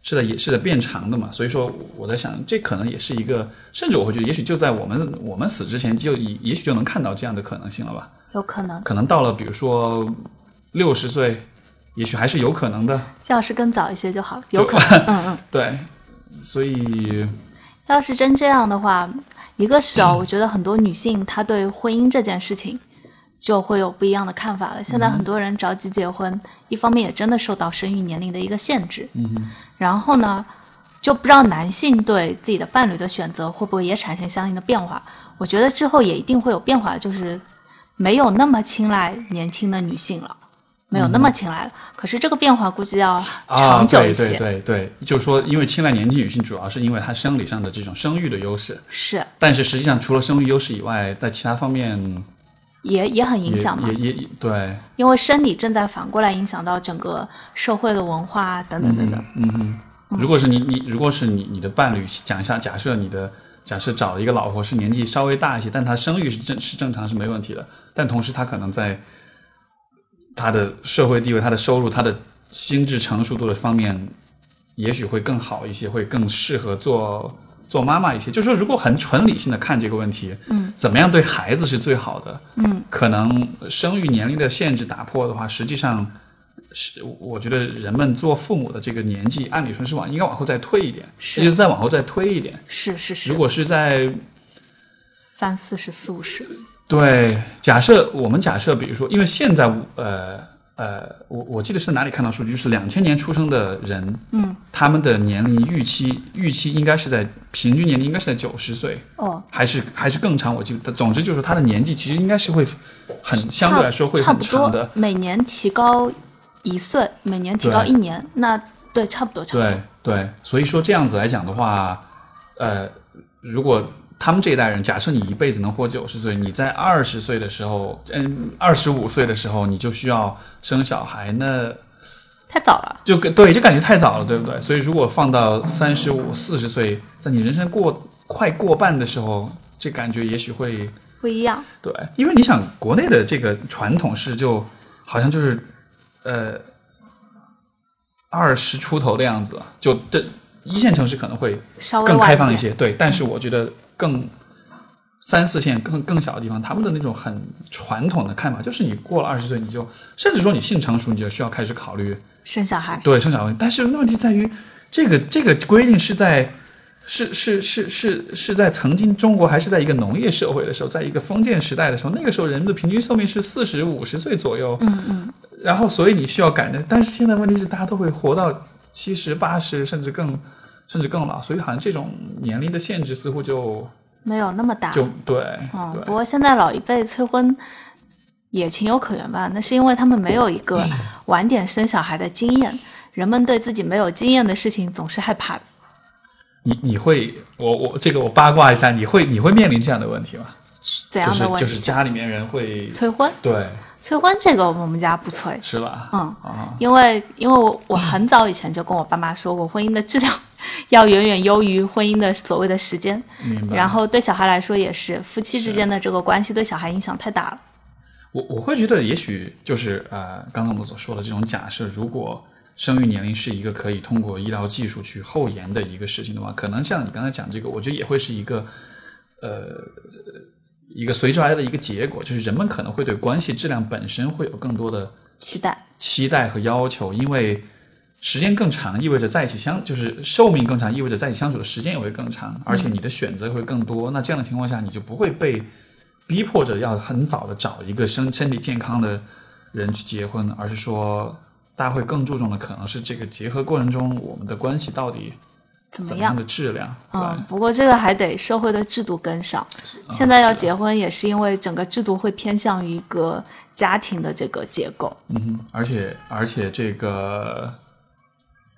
是在也是在变长的嘛，所以说我在想，这可能也是一个，甚至我会觉得，也许就在我们我们死之前就，也也许就能看到这样的可能性了吧。有可能，可能到了比如说六十岁，也许还是有可能的。要是更早一些就好了，有就可能。 嗯嗯，对，所以要是真这样的话，一个是啊，我觉得很多女性她对婚姻这件事情就会有不一样的看法了。现嗯在很多人着急结婚，一方面也真的受到生育年龄的一个限制，嗯，然后呢，就不知道男性对自己的伴侣的选择会不会也产生相应的变化。我觉得之后也一定会有变化，就是没有那么青睐年轻的女性了。没有那么青睐了。可是这个变化估计要嗯啊，长久对一些，对对对，就是说，因为青睐年轻女性，主要是因为她生理上的这种生育的优势，是但是实际上除了生育优势以外，在其他方面也也很也影响嘛也，也也对，因为生理正在反过来影响到整个社会的文化等等等等。嗯嗯嗯。如果是你你如果是你你的伴侣，讲一下，假设你的假设找了一个老婆是年纪稍微大一些，但她生育是正是正常是没问题的，但同时她可能在她的社会地位、她的收入、她的心智成熟度的方面，也许会更好一些，会更适合做。做妈妈一些，就是说，如果很纯理性的看这个问题，嗯，怎么样对孩子是最好的？嗯，可能生育年龄的限制打破的话，实际上是我觉得人们做父母的这个年纪，按理说是往应该往后再推一点，是一直再往后再推一点。是是是如，果是在三四十、四五十，对假设我们假设，比如说，因为现在呃呃，我我记得是哪里看到数据，就是两千年出生的人，嗯，他们的年龄预期预期应该是在平均年龄应该是在九十岁，哦，还是还是更长。我记得，总之就是他的年纪其实应该是会很相对来说会差很不长多的，，每年提高一岁，每年提高对一年，那对，差不多，差不多对。对，所以说这样子来讲的话，呃，如果他们这一代人，假设你一辈子能活九十岁，你在二十岁的时候，嗯，二十五岁的时候，你就需要生小孩，那太早了，就跟对，就感觉太早了，对不对？所以如果放到三十五、四十岁，在你人生过快过半的时候，这感觉也许会不一样。对，因为你想，国内的这个传统是就好像就是，呃，二十出头的样子，就这一线城市可能会稍微更晚开放一点，些，对。但是我觉得更三四线更更小的地方，他们的那种很传统的看法，就是你过了二十岁，你就甚至说你性成熟，你就需要开始考虑生小孩，对生小孩。但是问题在于，这个这个规定是在。是是是是是在曾经中国还是在一个农业社会的时候，在一个封建时代的时候，那个时候人的平均寿命是四十五十岁左右，嗯嗯，然后所以你需要赶着，但是现在问题是大家都会活到七十八十甚至更甚至更老，所以好像这种年龄的限制似乎就没有那么大。就对嗯，不对过现在老一辈催婚也情有可原吧？那是因为他们没有一嗯个晚点生小孩的经验，人们对自己没有经验的事情总是害怕的。你你会我我这个我八卦一下，你会你会面临这样的问题吗？怎就样是啊的问题？就是家里面人会催婚，对催婚这个我们家不催，是吧？嗯，啊因为因为我我很早以前就跟我爸妈说过，婚姻的质量要远远优于婚姻的所谓的时间，明白。然后对小孩来说也是，夫妻之是间的这个关系对小孩影响太大了。我我会觉得，也许就是呃，刚才我们所说的这种假设，如果生育年龄是一个可以通过医疗技术去后延的一个事情的话，可能像你刚才讲这个，我觉得也会是一个呃一个随之而来的一个结果，就是人们可能会对关系质量本身会有更多的期待期待和要求，因为时间更长意味着在一起相，就是寿命更长意味着在一起相处的时间也会更长，而且你的选择会更多。那这样的情况下，你就不会被逼迫着要很早的找一个身身体健康的人去结婚，而是说大家会更注重的可能是这个结合过程中我们的关系到底怎么怎么样样？的质量，对吧嗯，不过这个还得社会的制度跟上。现在要结婚也是因为整个制度会偏向于一个家庭的这个结构。嗯哼，而且而且这个，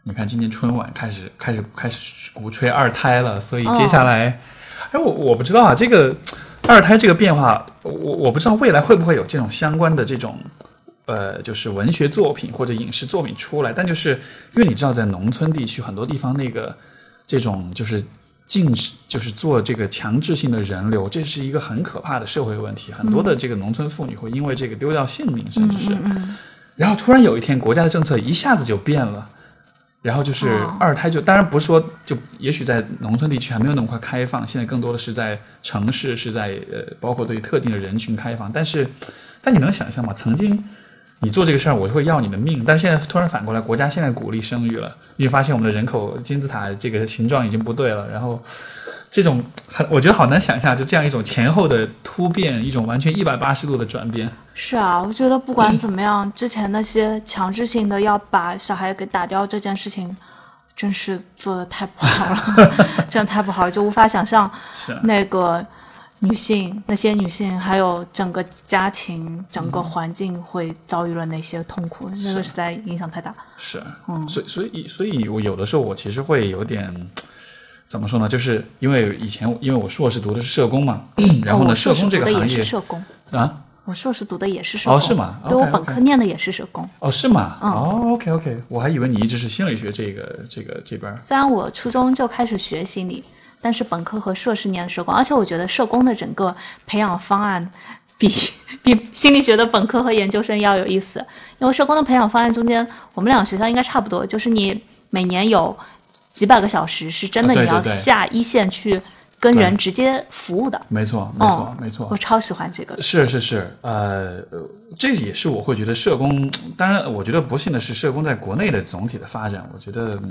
你看今年春晚开始开始开始鼓吹二胎了，所以接下来，哎，我我不知道啊，这个二胎这个变化，我我不知道未来会不会有这种相关的这种。呃，就是文学作品或者影视作品出来，但就是因为你知道，在农村地区很多地方那个这种就是禁止，就是做这个强制性的人流，这是一个很可怕的社会问题。很多的这个农村妇女会因为这个丢掉性命，甚嗯嗯至是。然后突然有一天，国家的政策一下子就变了，然后就是哦二胎就，当然不是说就，也许在农村地区还没有那么快开放，现在更多的是在城市，是在呃，包括对特定的人群开放。但是，但你能想象吗？曾经你做这个事儿，我就会要你的命，但现在突然反过来，国家现在鼓励生育了，因为发现我们的人口金字塔这个形状已经不对了，然后。这种很，我觉得好难想象，就这样一种前后的突变，一种完全一百八十度的转变。是啊，我觉得不管怎么样，之前那些强制性的要把小孩给打掉这件事情，真是做的太不好了，真的太不好了，就无法想象是啊那个女性那些女性，还有整个家庭、整嗯个环境会遭遇了哪些痛苦，那个实在影响太大。是，嗯所以所以所以我有的时候我其实会有点。怎么说呢？就是因为以前，因为我硕士读的是社工嘛，然后哦呢，我社硕工士这读个的行也是业社工，啊，我硕士读的也是社工，哦是吗对我 OK，OK 本科念的也是社工。哦，是吗？嗯哦，OK OK，我还以为你一直是心理学这个这个这边儿。虽然我初中就开始学心理，但是本科和硕士念的社工，而且我觉得社工的整个培养方案比比心理学的本科和研究生要有意思，因为社工的培养方案中间，我们两个学校应该差不多，就是你每年有几百个小时是真的啊对你要对对下一线去跟对哦人直接服务的。没错，没错，嗯没错。我超喜欢这个，是是是，呃，呃这也是我会觉得社工，当然，我觉得不幸的是，社工在国内的总体的发展，我觉得、嗯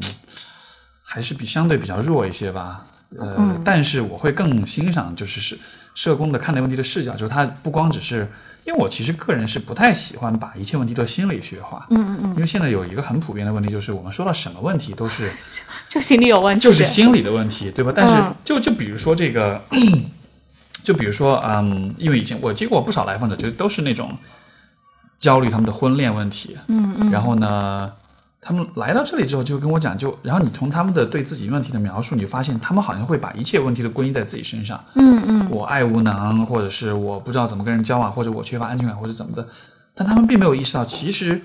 还是比相对比较弱一些吧。呃，但是我会更欣赏就是社社工的看待问题的视角，就是他不光只是，因为我其实个人是不太喜欢把一切问题都心理学化，嗯嗯嗯，因为现在有一个很普遍的问题就是，我们说到什么问题都是。就心理有问题，就是心理的问题，对吧？但是嗯就就比如说这个，就比如说，嗯，因为以前我接过不少来访者，就都是那种焦虑他们的婚恋问题，嗯嗯，然后呢，他们来到这里之后就跟我讲，就然后你从他们的对自己问题的描述，你发现他们好像会把一切问题都归因在自己身上，嗯嗯，我爱无能，或者是我不知道怎么跟人交往，或者我缺乏安全感，或者怎么的。但他们并没有意识到，其实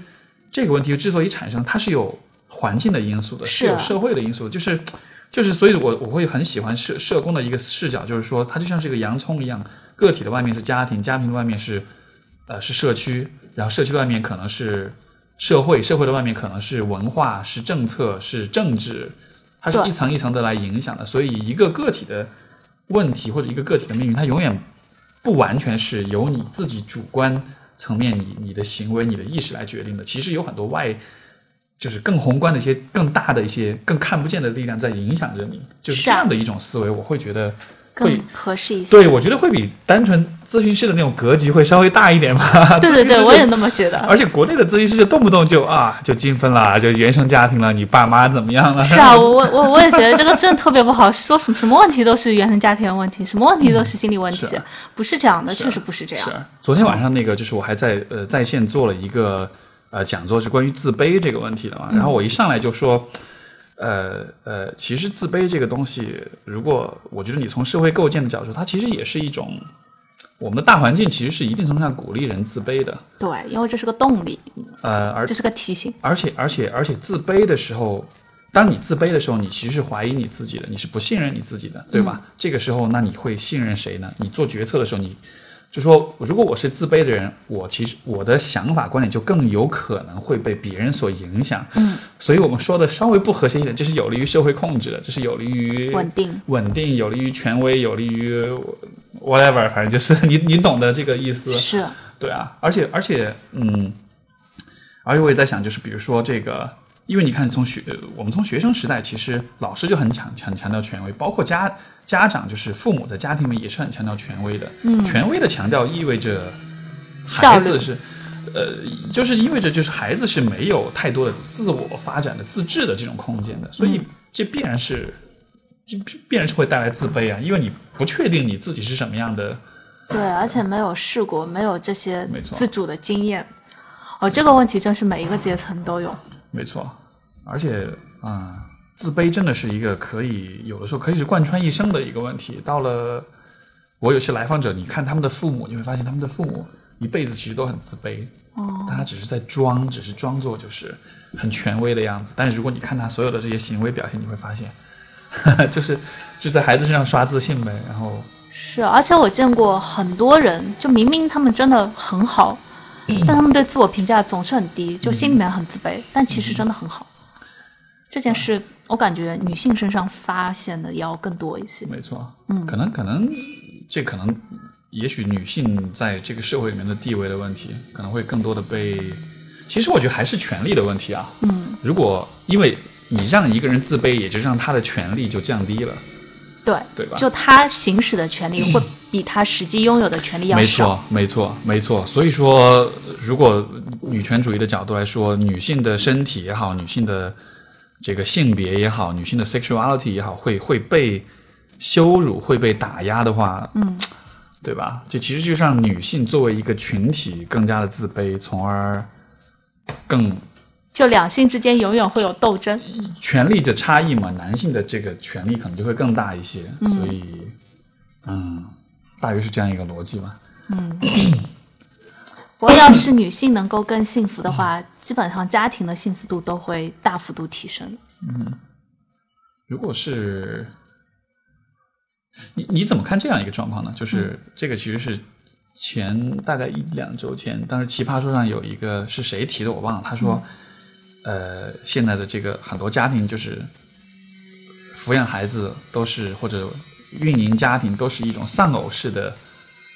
这个问题之所以产生，它是有环境的因素的，是有社会的因素的，就是就是，所以我我会很喜欢社社工的一个视角，就是说，它就像是一个洋葱一样，个体的外面是家庭，家庭的外面是呃是社区，然后社区的外面可能是社会，社会的外面可能是文化、是政策、是政治，它是对一层一层的来影响的。所以一个个体的问题或者一个个体的命运，它永远不完全是由你自己主观层面你你的行为、你的意识来决定的。其实有很多外。就是更宏观的一些、更大的一些、更看不见的力量在影响着你，就是是这啊样的一种思维，我会觉得会更合适一些。对，我觉得会比单纯咨询师的那种格局会稍微大一点吧。对对 咨询师对，就我也那么觉得。而且国内的咨询师就动不动就啊，就精分啦，就原生家庭了，你爸妈怎么样 了？是啊，我我我我也觉得这个真的特别不好，说什么什么问题都是原生家庭的问题，什么问题都是心理问题，是啊不是这样的，是啊确实不是这样。是，昨天晚上那个就是我还在呃在线做了一个呃讲座，是关于自卑这个问题的嘛。然后我一上来就说，呃呃，其实自卑这个东西，如果我觉得你从社会构建的角度，它其实也是一种。我们的大环境其实是一定程度上鼓励人自卑的，对，因为这是个动力，呃，而这是个提醒。而且而且而且自卑的时候，当你自卑的时候，你其实是怀疑你自己的，你是不信任你自己嗯的，对吧？这个时候，那你会信任谁呢？你做决策的时候，你就说，如果我是自卑的人，我其实我的想法观点就更有可能会被别人所影响。嗯，所以我们说的稍微不和谐一点，这是有利于社会控制的，这是有利于稳定、稳定，有利于权威，有利于呃 whatever，反正就是你你懂的这个意思。是，对啊，而且而且，嗯，而且我也在想，就是比如说这个，因为你看从学我们从学生时代，其实老师就很强强强调权威，包括家家长就是父母在家庭里面也是很强调权威的。嗯，权威的强调意味着效孩率子是。呃，就是意味着就是孩子是没有太多的自我发展的自制的这种空间的，所嗯以这必然是，这必必然是会带来自卑啊，因为你不确定你自己是什么样的，对，而且没有试过，没有这些没错自主的经验。哦，这个问题真是每一个阶层都有。没错，而且啊、自卑真的是一个可以有的时候可以是贯穿一生的一个问题。到了我有些来访者，你看他们的父母，你会发现他们的父母一辈子其实都很自卑，哦，但他只是在装，只是装作就是很权威的样子。但是如果你看他所有的这些行为表现，你会发现， 就是就在孩子身上刷自信呗。然后是，而且我见过很多人，就明明他们真的很好，嗯但他们对自我评价总是很低，就心里面很自卑，但其嗯实真的很好。这件事，我感觉女性身上发现的要更多一些。没错，嗯，可能可能这可能，也许女性在这个社会里面的地位的问题，可能会更多的被，其实我觉得还是权利的问题啊。嗯，如果因为你让一个人自卑，也就让他的权利就降低了，对，对吧？嗯就她行使的权利会比她实际拥有的权利要没少。错，没错，没错。所以说，呃如果女权主义的角度来说，女性的身体也好，女性的这个性别也好，女性的 sexuality 也好，会会被羞辱、会被打压的话，嗯，对吧？这其实就让女性作为一个群体更加的自卑，从而更就两性之间永远会有斗争。权力的差异嘛，男性的这个权力可能就会更大一些，所以，嗯，大约是这样一个逻辑吧。不过，要是女性能够更幸福的嗯话，基本上家庭的幸福度都会大幅度提嗯升。如果是你你怎么看这样一个状况呢？就是这个其实是前大概一两周前，当时奇葩说上有一个是谁提的我忘了，他说，呃，现在的这个很多家庭就是抚养孩子都是或者运营家庭都是一种丧偶式的，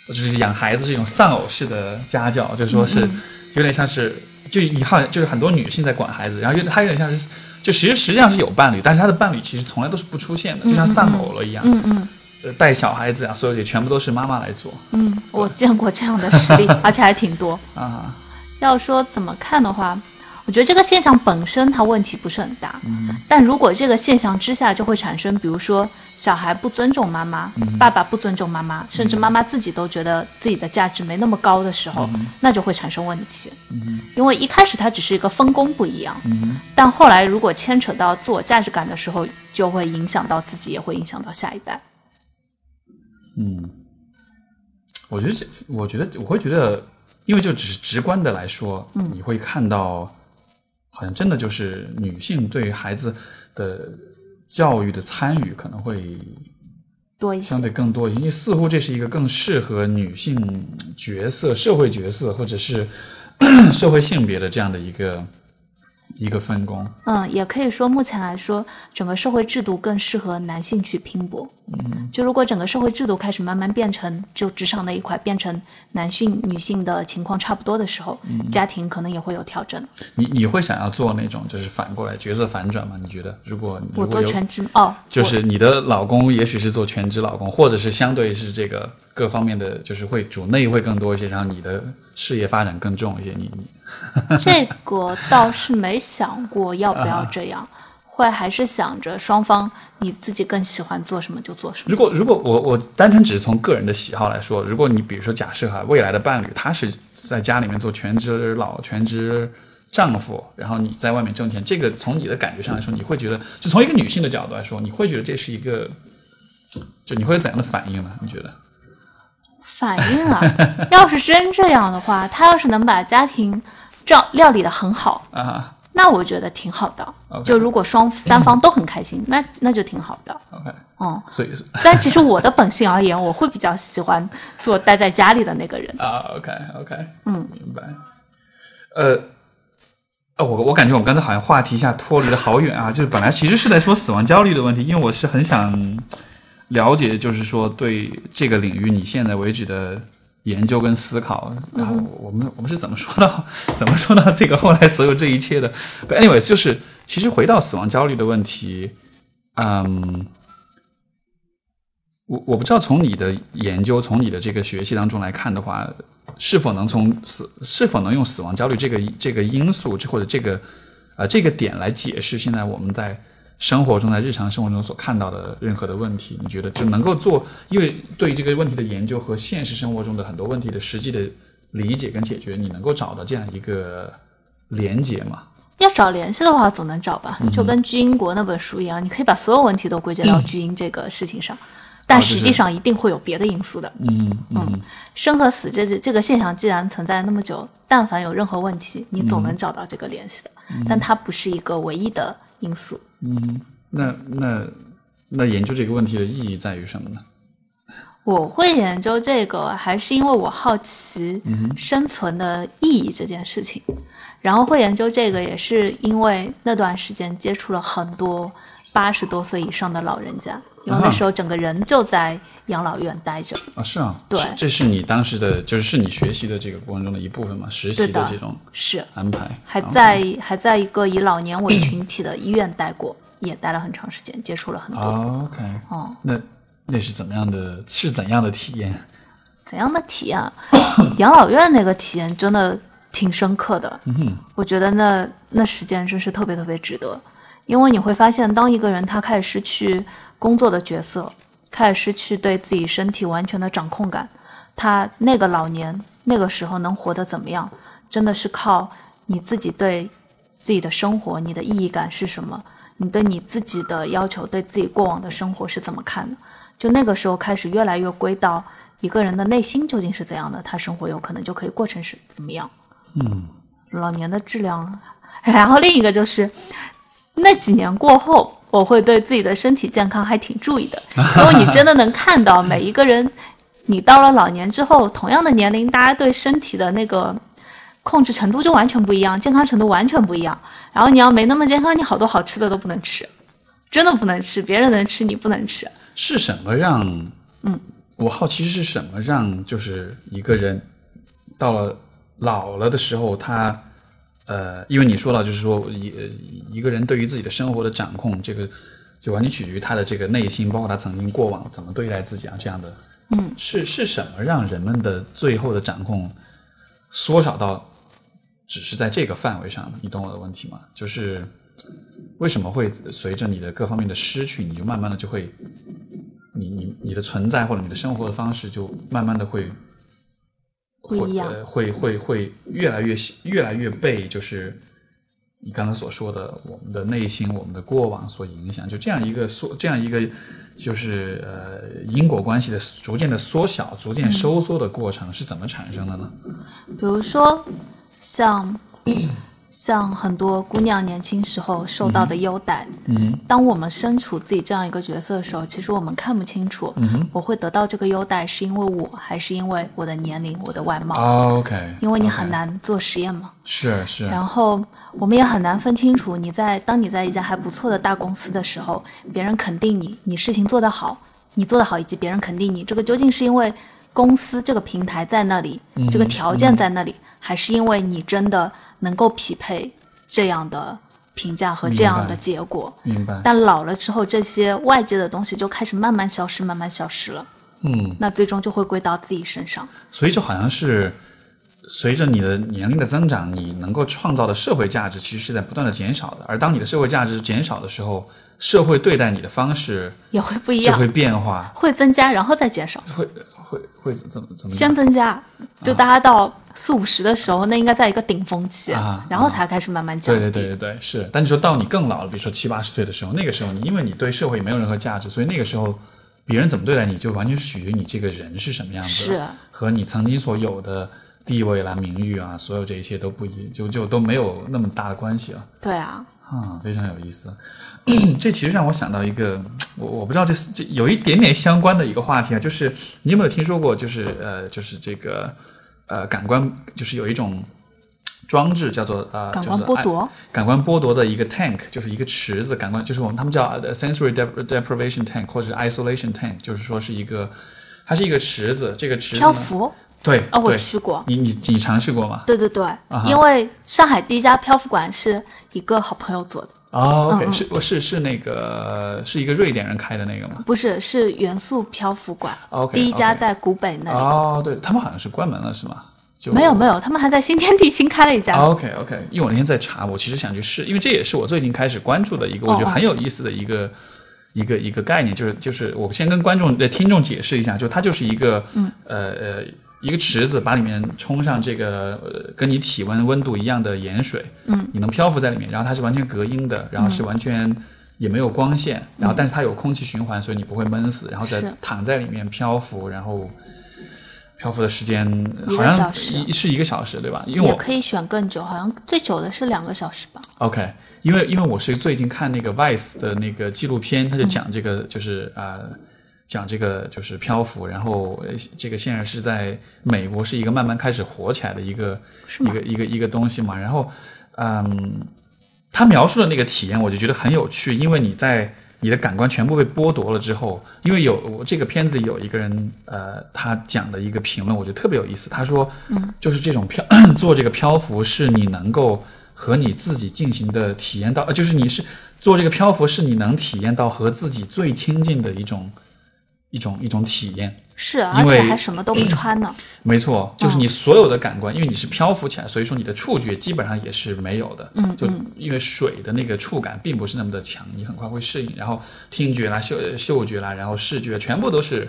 就是养孩子是一种丧偶式的家教，就是说嗯是有点像是就以好像就是很多女性在管孩子，然后有她有点像是就其实实际上是有伴侣，但是她的伴侣其实从来都是不出现的，就像丧偶了一样。嗯嗯呃带小孩子啊，所有也全部都是妈妈来做嗯，我见过这样的实 例，而且还挺多。啊。要说怎么看的话，我觉得这个现象本身它问题不是很大，但如果这个现象之下就会产生，比如说小孩不尊重妈妈，爸爸不尊重妈妈，甚至妈妈自己都觉得自己的价值没那么高的时候，那就会产生问题。因为一开始它只是一个分工不一样，但后来如果牵扯到自我价值感的时候，就会影响到自己，也会影响到下一代。嗯，我觉得这，我觉得我会觉得，因为就只是直观的来说，嗯你会看到，好像真的就是女性对于孩子的教育的参与可能会多一些相，对更多一些，因为似乎这是一个更适合女性角色、社会角色或者是 社会性别的这样的一个一个分工。嗯，也可以说，目前来说，整个社会制度更适合男性去拼搏。嗯，就如果整个社会制度开始慢慢变成，就职场那一块变成男性、女性的情况差不多的时候，嗯家庭可能也会有调整。你你会想要做那种就是反过来角色反转吗？你觉得如果我如果做有全职哦，就是你的老公也许是做全职老公，或者是相对是这个各方面的就是会主内会更多一些，然后你的事业发展更重一些。你你我这个倒是没想过要不啊要这样，会还是想着双方你自己更喜欢做什么就做什么。如果如果我我单纯只是从个人的喜好来说，如果你比如说假设哈，未来的伴侣他是在家里面做全职老全职丈夫，然后你在外面挣钱，这个从你的感觉上来说，你会觉得就从一个女性的角度来说，你会觉得这是一个，就你会有怎样的反应呢？你觉得？反应 啊，要是真这样的话，他要是能把家庭照料理的很好，啊那我觉得挺好的。 OK 就如果双三方都很开心，那那就挺好的。 ，OK，嗯，所以但其实我的本性而言，我会比较喜欢做待在家里的那个人。啊，OK，OK，、嗯，明白。呃，呃我我感觉我们刚才好像话题一下脱离的好远啊，就是本来其实是在说死亡焦虑的问题，因为我是很想了解，就是说对这个领域你现在为止的研究跟思考，然后我们我们是怎么说到怎么说到这个后来所有这一切的？But anyway，就是其实回到死亡焦虑的问题，嗯。我我不知道从你的研究，从你的这个学习当中来看的话，是否能从死是否能用死亡焦虑这个这个因素，这或者这个啊、呃这个点来解释现在我们在生活中在日常生活中所看到的任何的问题？你觉得就能够做？因为对于这个问题的研究和现实生活中的很多问题的实际的理解跟解决，你能够找到这样一个连接吗？要找联系的话，总能找吧？就跟居英国那本书一样，你可以把所有问题都归结到居英这个事情上，但就是实际上一定会有别的因素的。嗯嗯生和死这这个现象既然存在那么久，但凡有任何问题，你总能找到这个联系的，但它不是一个唯一的因素。嗯，那那那研究这个问题的意义在于什么呢？我会研究这个，还是因为我好奇生存的意义这件事情。然后会研究这个，也是因为那段时间接触了很多八十多岁以上的老人家，因为那啊时候整个人就在养老院待着。啊，是啊，对是这是你当时的，就是是你学习的这个过程中的一部分嘛，实习对的这种是，安排，还啊在还在一个以老年为群体的医院待过，也待了很长时间，接触了很多。啊 OK，哦，那那是怎么样的？是怎样的体验？怎样的体验啊？ 养老院那个体验真的挺深刻的，嗯我觉得那那时间真是特别特别值得，因为你会发现，当一个人他开始失去工作的角色，开始失去对自己身体完全的掌控感，他那个老年那个时候能活得怎么样，真的是靠你自己对自己的生活、你的意义感是什么，你对你自己的要求、对自己过往的生活是怎么看的。就那个时候开始，越来越归到一个人的内心究竟是怎样的，他生活有可能就可以过成是怎么样。嗯，老年的质量。 然后另一个就是，那几年过后，我会对自己的身体健康还挺注意的，因为你真的能看到每一个人，你到了老年之后，同样的年龄，大家对身体的那个控制程度就完全不一样，健康程度完全不一样。然后你要没那么健康，你好多好吃的都不能吃，真的不能吃，别人能吃你不能吃。是什么让嗯，我好奇是什么让就是一个人到了老了的时候，他呃，因为你说到就是说一呃一个人对于自己的生活的掌控，这个就完全取决于他的这个内心，包括他曾经过往怎么对待自己啊这样的。嗯，是是什么让人们的最后的掌控缩小到只是在这个范围上？你懂我的问题吗？就是为什么会随着你的各方面的失去，你就慢慢的就会，你你你的存在或者你的生活的方式就慢慢的会，会不一样呃会会会越来越越来越被就是你刚才所说的我们的内心、我们的过往所影响，就这样一个缩这样一个就是呃因果关系的逐渐的缩小、逐渐收缩的过程是怎么产生的呢？比如说像像很多姑娘年轻时候受到的优待，嗯当我们身处自己这样一个角色的时候，其实我们看不清楚，嗯哼我会得到这个优待是因为我还是因为我的年龄、我的外貌，啊哦，OK，因为你很难做实验嘛。是是，然后我们也很难分清楚，你在当你在一家还不错的大公司的时候，别人肯定你，你事情做得好，你做得好，以及别人肯定你，这个究竟是因为公司这个平台在那里，嗯这个条件在那里，还是因为你真的能够匹配这样的评价和这样明白的结果？明白，但老了之后，这些外界的东西就开始慢慢消失，慢慢消失了，嗯，那最终就会归到自己身上。所以就好像是随着你的年龄的增长，你能够创造的社会价值其实是在不断的减少的，而当你的社会价值减少的时候，社会对待你的方式也会不一就样，会变化，会增加，然后再减少。会会会怎么怎么先讲？增加，就大家到四五十的时候，那应该在一个顶峰期，啊然后才开始慢慢降对低。对对对对，是。但你说到你更老了，比如说七八十岁的时候，那个时候你因为你对社会没有任何价值，所以那个时候别人怎么对待你，就完全取决于你这个人是什么样子，是和你曾经所有的地位啦、名誉啊，所有这一切都不一，就就都没有那么大的关系了。对啊，啊，非常有意思。 这其实让我想到一个，我我不知道这是这有一点点相关的一个话题啊，就是你有没有听说过，就是呃，就是这个呃感官，就是有一种装置叫做呃，感就官是剥爱夺，感官剥夺的一个 tank，就是一个池子，感官就是我们他们叫呃 sensory dep- deprivation tank 或者是 isolation tank，就是说是一个，它是一个池子，这个池子漂呢浮对啊，我对，去过。你你你尝试过吗？对对对，哈因为上海第一家漂浮馆是一个好朋友做的，哦，OK，嗯嗯是我是是那个是一个瑞典人开的那个吗？啊不是是元素漂浮馆 OK，第一家 OK 在古北那里。哦，对他们好像是关门了，是吗？就没有没有，他们还在新天地新开了一家。 OK OK，因为我啊那天在查，我其实想去试，因为这也是我最近开始关注的一个，我觉得哦哦很有意思的一个、一个一个概念，就是就是我先跟观众呃听众解释一下，就它就是一个、嗯呃呃一个池子，把里面冲上这个、呃、跟你体温温度一样的盐水，嗯，你能漂浮在里面，然后它是完全隔音的，然后嗯是完全。也没有光线，然后但是它有空气循环，所以你不会闷死，然后再是躺在里面漂浮，然后漂浮的时间一好个小像时一是一个小时对吧？因为也我可以选更久，好像最久的是两个小时吧。 OK，因为因为我是最近看那个 Vice 的那个纪录片，嗯他就讲这个就是啊、呃讲这个就是漂浮，然后呃这个现在是在美国是一个慢慢开始火起来的一个是一吗个一个一个东西嘛，然后嗯，他描述的那个体验，我就觉得很有趣，因为你在你的感官全部被剥夺了之后，因为有我这个片子里有一个人，呃，他讲的一个评论，我觉得特别有意思。他说，嗯，就是这种漂 做这个漂浮是你能够和你自己进行的体验到，呃，就是你是做这个漂浮是你能体验到和自己最亲近的一种一种一种体验。是，而为且还什么都不穿呢。没错，就是你所有的感官，因为你是漂浮起来，所以说你的触觉基本上也是没有的。嗯，就因为水的那个触感并不是那么的强，你很快会适应。然后听觉啦、嗅嗅觉啦，然后视觉全部都是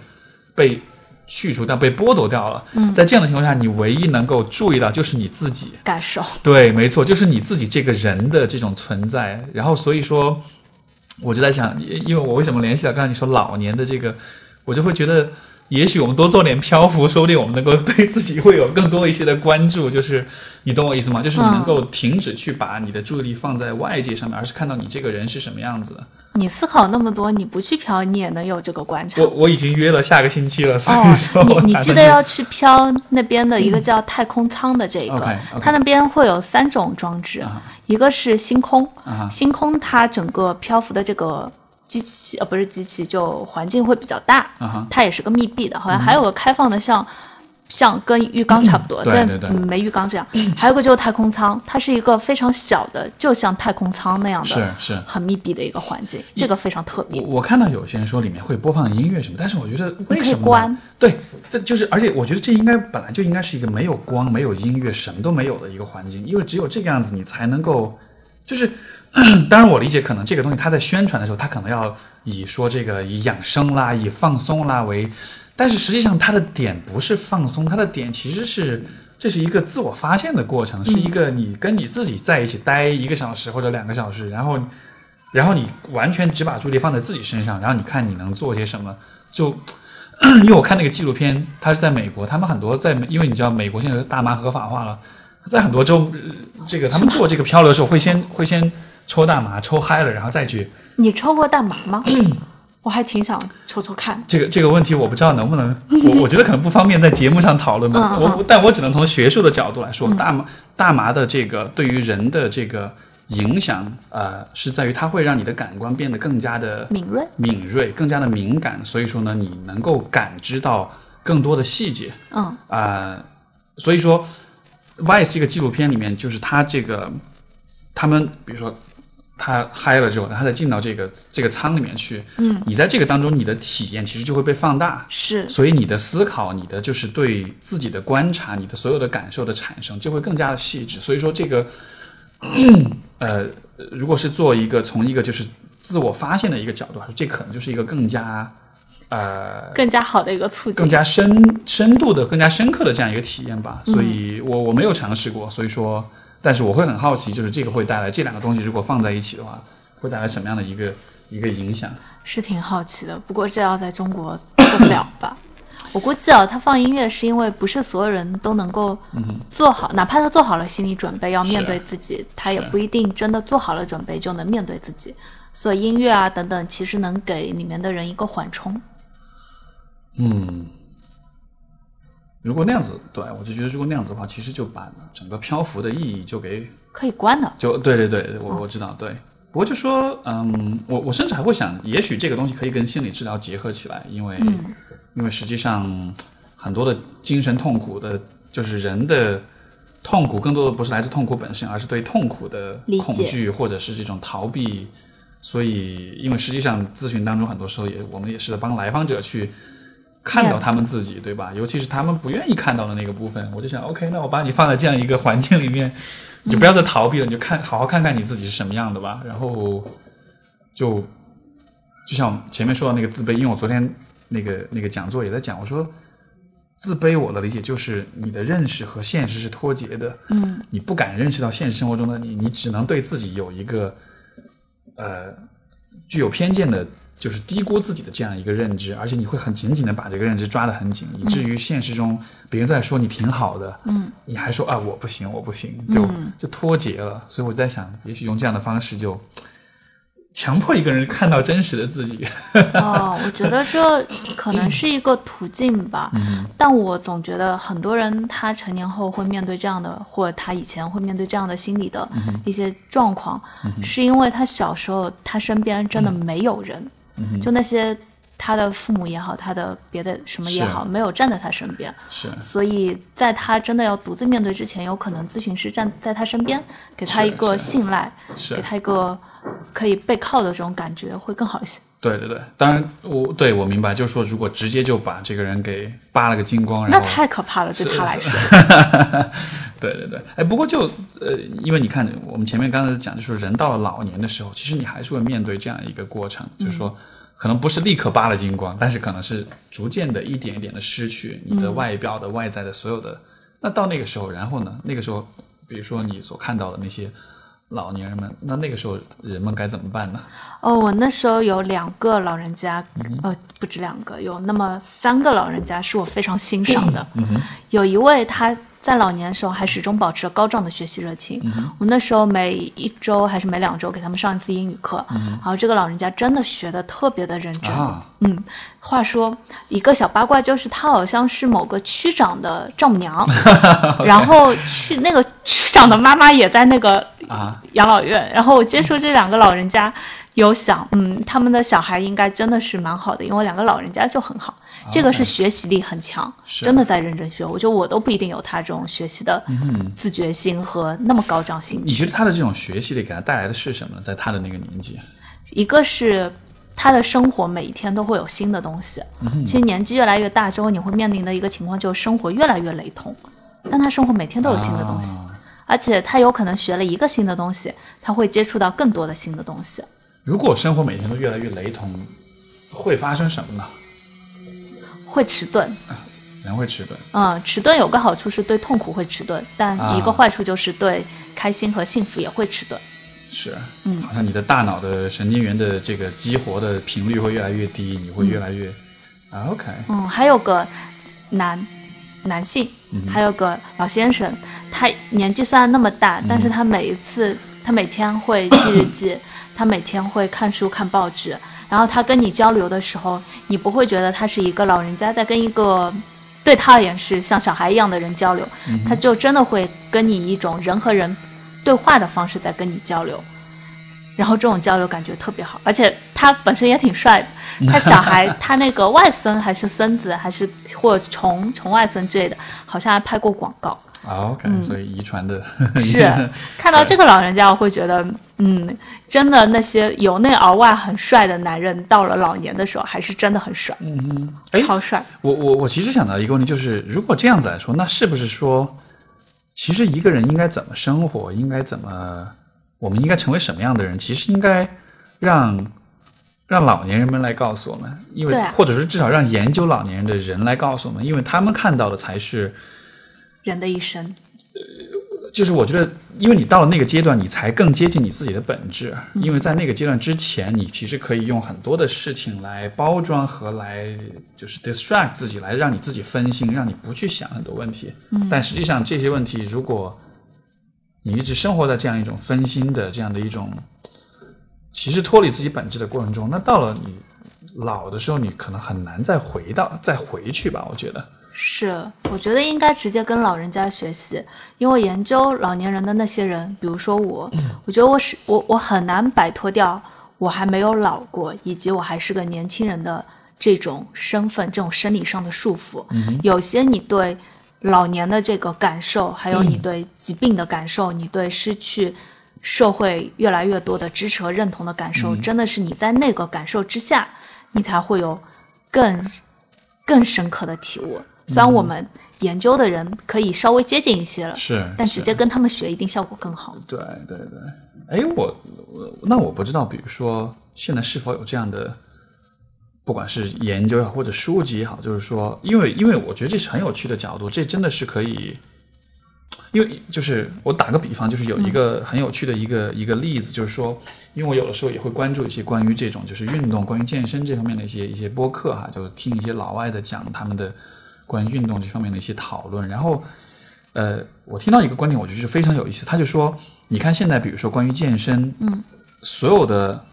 被去除掉、被剥夺掉了。嗯，在这样的情况下，你唯一能够注意到就是你自己。感受。对，没错，就是你自己这个人的这种存在。然后所以说，我就在想，因因为我为什么联系到刚才你说老年的这个，我就会觉得，也许我们多做点漂浮，说不定我们能够对自己会有更多一些的关注。就是你懂我意思吗？就是你能够停止去把你的注意力放在外界上面，而是看到你这个人是什么样子的。你思考那么多，你不去漂，你也能有这个观察我。我已经约了下个星期了，所 哦 以说，我你你打记算得去 要去飘那边的一个叫太空舱的这一个， OK，OK 啊它那边会有三种装置，一个是星空，星空它整个漂浮的这个机器呃不是机器，就环境会比较大，啊哈嗯它也是个密闭的，好像还有个开放的像。像跟浴缸差不多，对但对对嗯没浴缸这 样。还有一个就是太空舱，它是一个非常小的，就像太空舱那样的，是是很密闭的一个环境，这个非常特别我。我看到有些人说里面会播放音乐什么，但是我觉得为可以什么呢关？对，这就是，而且我觉得这应该本来就应该是一个没有光、没有音乐、什么都没有的一个环境，因为只有这个样子，你才能够，就是，当然我理解，可能这个东西它在宣传的时候，它可能要以说这个以养生啦、以放松啦为，但是实际上它的点不是放松，它的点其实是。这是一个自我发现的过程，是一个你跟你自己在一起待一个小时或者两个小时，然后然后你完全只把注意力放在自己身上，然后你看你能做些什么。就因为我看那个纪录片，它是在美国，他们很多在美，因为你知道美国现在大麻合法化了，在很多州，呃这个他们做这个漂流的时候会先会先抽大麻，抽嗨了，然后再去你抽过大麻 吗？我还挺想抽抽看。这个这个问题，我不知道能不能，我我觉得可能不方便在节目上讨论吧。嗯嗯嗯我但我只能从学术的角度来说，大麻大麻的这个对于人的这个影响，呃，是在于它会让你的感官变得更加的敏锐。敏锐，更加的敏感，所以说呢，你能够感知到更多的细节嗯啊、所以说，《Vice》这个纪录片里面，就是他这个他们，比如说他嗨了之后，他再进到这个这个舱里面去，嗯，你在这个当中，你的体验其实就会被放大，是所以你的思考，你的就是对自己的观察，你的所有的感受的产生，就会更加的细致。所以说这个， 呃，如果是做一个从一个就是自我发现的一个角度来说，这可能就是一个更加呃更加好的一个促进。更加深深度的、更加深刻的这样一个体验吧。所以我我没有尝试过，所以说，但是我会很好奇，就是这个会带来这两个东西如果放在一起的话，会带来什么样的一个一个影响？是挺好奇的，不过这要在中国做不了吧？ 我估计啊，他放音乐是因为不是所有人都能够做好，哪怕他做好了心理准备，要面对自己，他也是不一定真的做好了准备就能面对自己。所以音乐啊等等，其实能给里面的人一个缓冲。嗯，如果那样子，对我就觉得如果那样子的话，其实就把整个漂浮的意义就给可以关的，就对对对，哦我我知道，对。不过就说，嗯，我我甚至还会想，也许这个东西可以跟心理治疗结合起来，因为、嗯因为实际上很多的精神痛苦的，就是人的痛苦，更多的不是来自痛苦本身，而是对痛苦的理恐解惧或者是这种逃避。所以，因为实际上咨询当中很多时候也，我们也是在帮来访者去看到 Yeah 他们自己，对吧？尤其是他们不愿意看到的那个部分，我就想，OK，那我把你放在这样一个环境里面，你就不要再逃避了，你就看好好看看你自己是什么样的吧。然后就就像前面说到那个自卑，因为我昨天那个那个讲座也在讲，我说自卑我的理解就是你的认识和现实是脱节的，嗯，你不敢认识到现实生活中的你，你只能对自己有一个呃具有偏见的，就是低估自己的这样一个认知，而且你会很紧紧的把这个认知抓得很紧，以至于现实中别人都在说你挺好的，嗯，你还说啊我不行我不行，就、就脱节了。所以我在想，也许用这样的方式就强迫一个人看到真实的自己。哦，我觉得这可能是一个途径吧，嗯但我总觉得很多人他成年后会面对这样的，或者他以前会面对这样的心理的嗯一些状况，是因为他小时候他身边真的嗯没有人，就那些他的父母也好，他的别的什么也是好，没有站在他身边，是所以在他真的要独自面对之前，有可能咨询师站在他身边，给他是一个是信赖，是给，他一个可以背靠的这种感觉会更好一些。对对对，当然我对我明白，就是说如果直接就把这个人给扒了个精光，那然后太可怕了，对他来说。 对对对，哎，不过就呃，因为你看，嗯我们前面刚才讲，就是人到了老年的时候，其实你还是会面对这样一个过程，就是说可能不是立刻扒了精光，但是可能是逐渐的一点一点的失去你嗯的外表的、外在的所有的。那到那个时候，然后呢？那个时候，比如说你所看到的那些老年人们，那那个时候人们该怎么办呢？哦，我那时候有两个老人家，嗯呃，不止两个，有那么三个老人家是我非常欣赏的。嗯有一位他在老年的时候还始终保持着高涨的学习热情。嗯我那时候每一周还是每两周给他们上一次英语课，然后这个老人家真的学的特别的认真。嗯啊，嗯，话说一个小八卦就是他好像是某个区长的丈母 娘，然后去那个区长的妈妈也在那个啊养老院，然后我接触这两个老人家，有想，嗯，他们的小孩应该真的是蛮好的，因为两个老人家就很好，这个是学习力很强，啊是嗯真的在认真学。我觉得我都不一定有他这种学习的自觉心和那么高涨性。你觉得他的这种学习力给他带来的是什么呢？在他的那个年纪，一个是他的生活每一天都会有新的东西。嗯其实年纪越来越大之后，你会面临的一个情况就是生活越来越雷同，但他生活每天都有新的东西，啊而且他有可能学了一个新的东西，他会接触到更多的新的东西。如果生活每天都越来越雷同，会发生什么呢？会迟钝，人会迟钝。嗯，迟钝有个好处是对痛苦会迟钝，但一个啊坏处就是对开心和幸福也会迟钝。是，嗯，好像你的大脑的神经元的这个激活的频率会越来越低，你会越来越、啊，OK，嗯，还有个男男性，还有个老先生，他年纪虽然那么大，但是他每一次，他每天会记日记，他每天会看书看报纸，然后他跟你交流的时候，你不会觉得他是一个老人家在跟一个。对他而言是像小孩一样的人交流，他就真的会跟你一种人和人对话的方式在跟你交流，然后这种交流感觉特别好，而且他本身也挺帅的。他小孩，他那个外孙还是孙子，还是或重重外孙之类的，好像还拍过广告。啊，OK，、所以遗传的是 看到这个老人家，我会觉得，嗯，真的那些由内而外很帅的男人，到了老年的时候，还是真的很帅，哎超帅。我我我其实想到一个问题，就是如果这样子来说，那是不是说，其实一个人应该怎么生活，应该怎么，我们应该成为什么样的人？其实应该让让老年人们来告诉我们，因为、对啊或者是至少让研究老年人的人来告诉我们，因为他们看到的才是，人的一生，就是我觉得，因为你到了那个阶段，你才更接近你自己的本质，啊因为在那个阶段之前，你其实可以用很多的事情来包装和来就是 distract 自己，来让你自己分心，让你不去想很多问题。但实际上这些问题，如果你一直生活在这样一种分心的这样的一种，其实脱离自己本质的过程中，那到了你老的时候，你可能很难再回到再回去吧，我觉得。是，我觉得应该直接跟老人家学习，因为研究老年人的那些人，比如说我，我觉得我是我我很难摆脱掉我还没有老过，以及我还是个年轻人的这种身份、这种生理上的束缚。有些你对老年的这个感受，还有你对疾病的感受，你对失去。社会越来越多的支持和认同的感受，真的是你在那个感受之下，你才会有更更深刻的体悟。虽然我们研究的人可以稍微接近一些了，是但是啊直接跟他们学一定效果更好。对对对，哎，我我那我不知道，比如说现在是否有这样的，不管是研究也好，或者书籍也好，就是说，因为因为我觉得这是很有趣的角度，这真的是可以，因为就是我打个比方，就是有一个很有趣的一个、一个例子，就是说，因为我有的时候也会关注一些关于这种就是运动、关于健身这方面的一些一些播客哈、就听一些老外的讲他们的关于运动这方面的一些讨论，然后。呃，我听到一个观点，我就觉得非常有意思。他就说，你看现在，比如说关于健身，嗯，所有的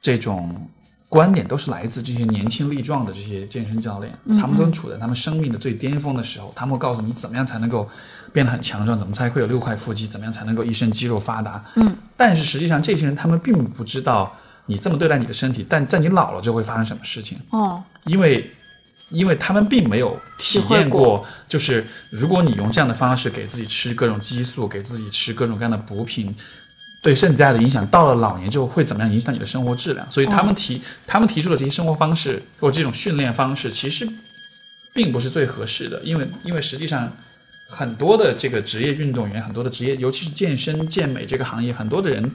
这种观点都是来自这些年轻力壮的这些健身教练，他们都处在他们生命的最巅峰的时候，他们会告诉你怎么样才能够变得很强壮，怎么才会有六块腹肌，怎么样才能够一身肌肉发达。嗯，但是实际上这些人他们并不知道你这么对待你的身体，但在你老了之后会发生什么事情。哦，因为因为他们并没有体验体会过，就是如果你用这样的方式给自己吃各种激素，给自己吃各种各样的补品。对身体带来的影响，到了老年之后会怎么样影响你的生活质量？哦所以他们提、他们提出的这些生活方式或者这种训练方式，其实并不是最合适的，因为因为实际上很多的这个职业运动员，很多的职业，尤其是健身健美这个行业，很多的人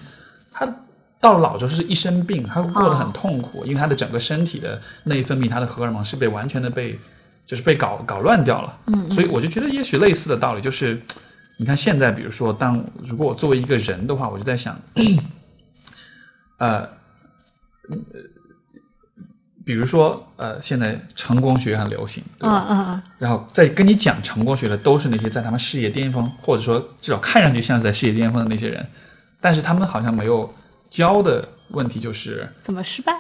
他到了老就是一生病，他会过得很痛苦，因为他的整个身体的内分泌，他的荷尔蒙是被完全的被就是被搞搞乱掉了。嗯，所以我就觉得也许类似的道理就是，你看现在，比如说，当如果我作为一个人的话，我就在想， 呃，比如说，呃，现在成功学很流行，对吧？嗯嗯嗯，然后再跟你讲成功学的，都是那些在他们事业巅峰，或者说至少看上去像是在事业巅峰的那些人，但是他们好像没有教的问题就是，怎么失败？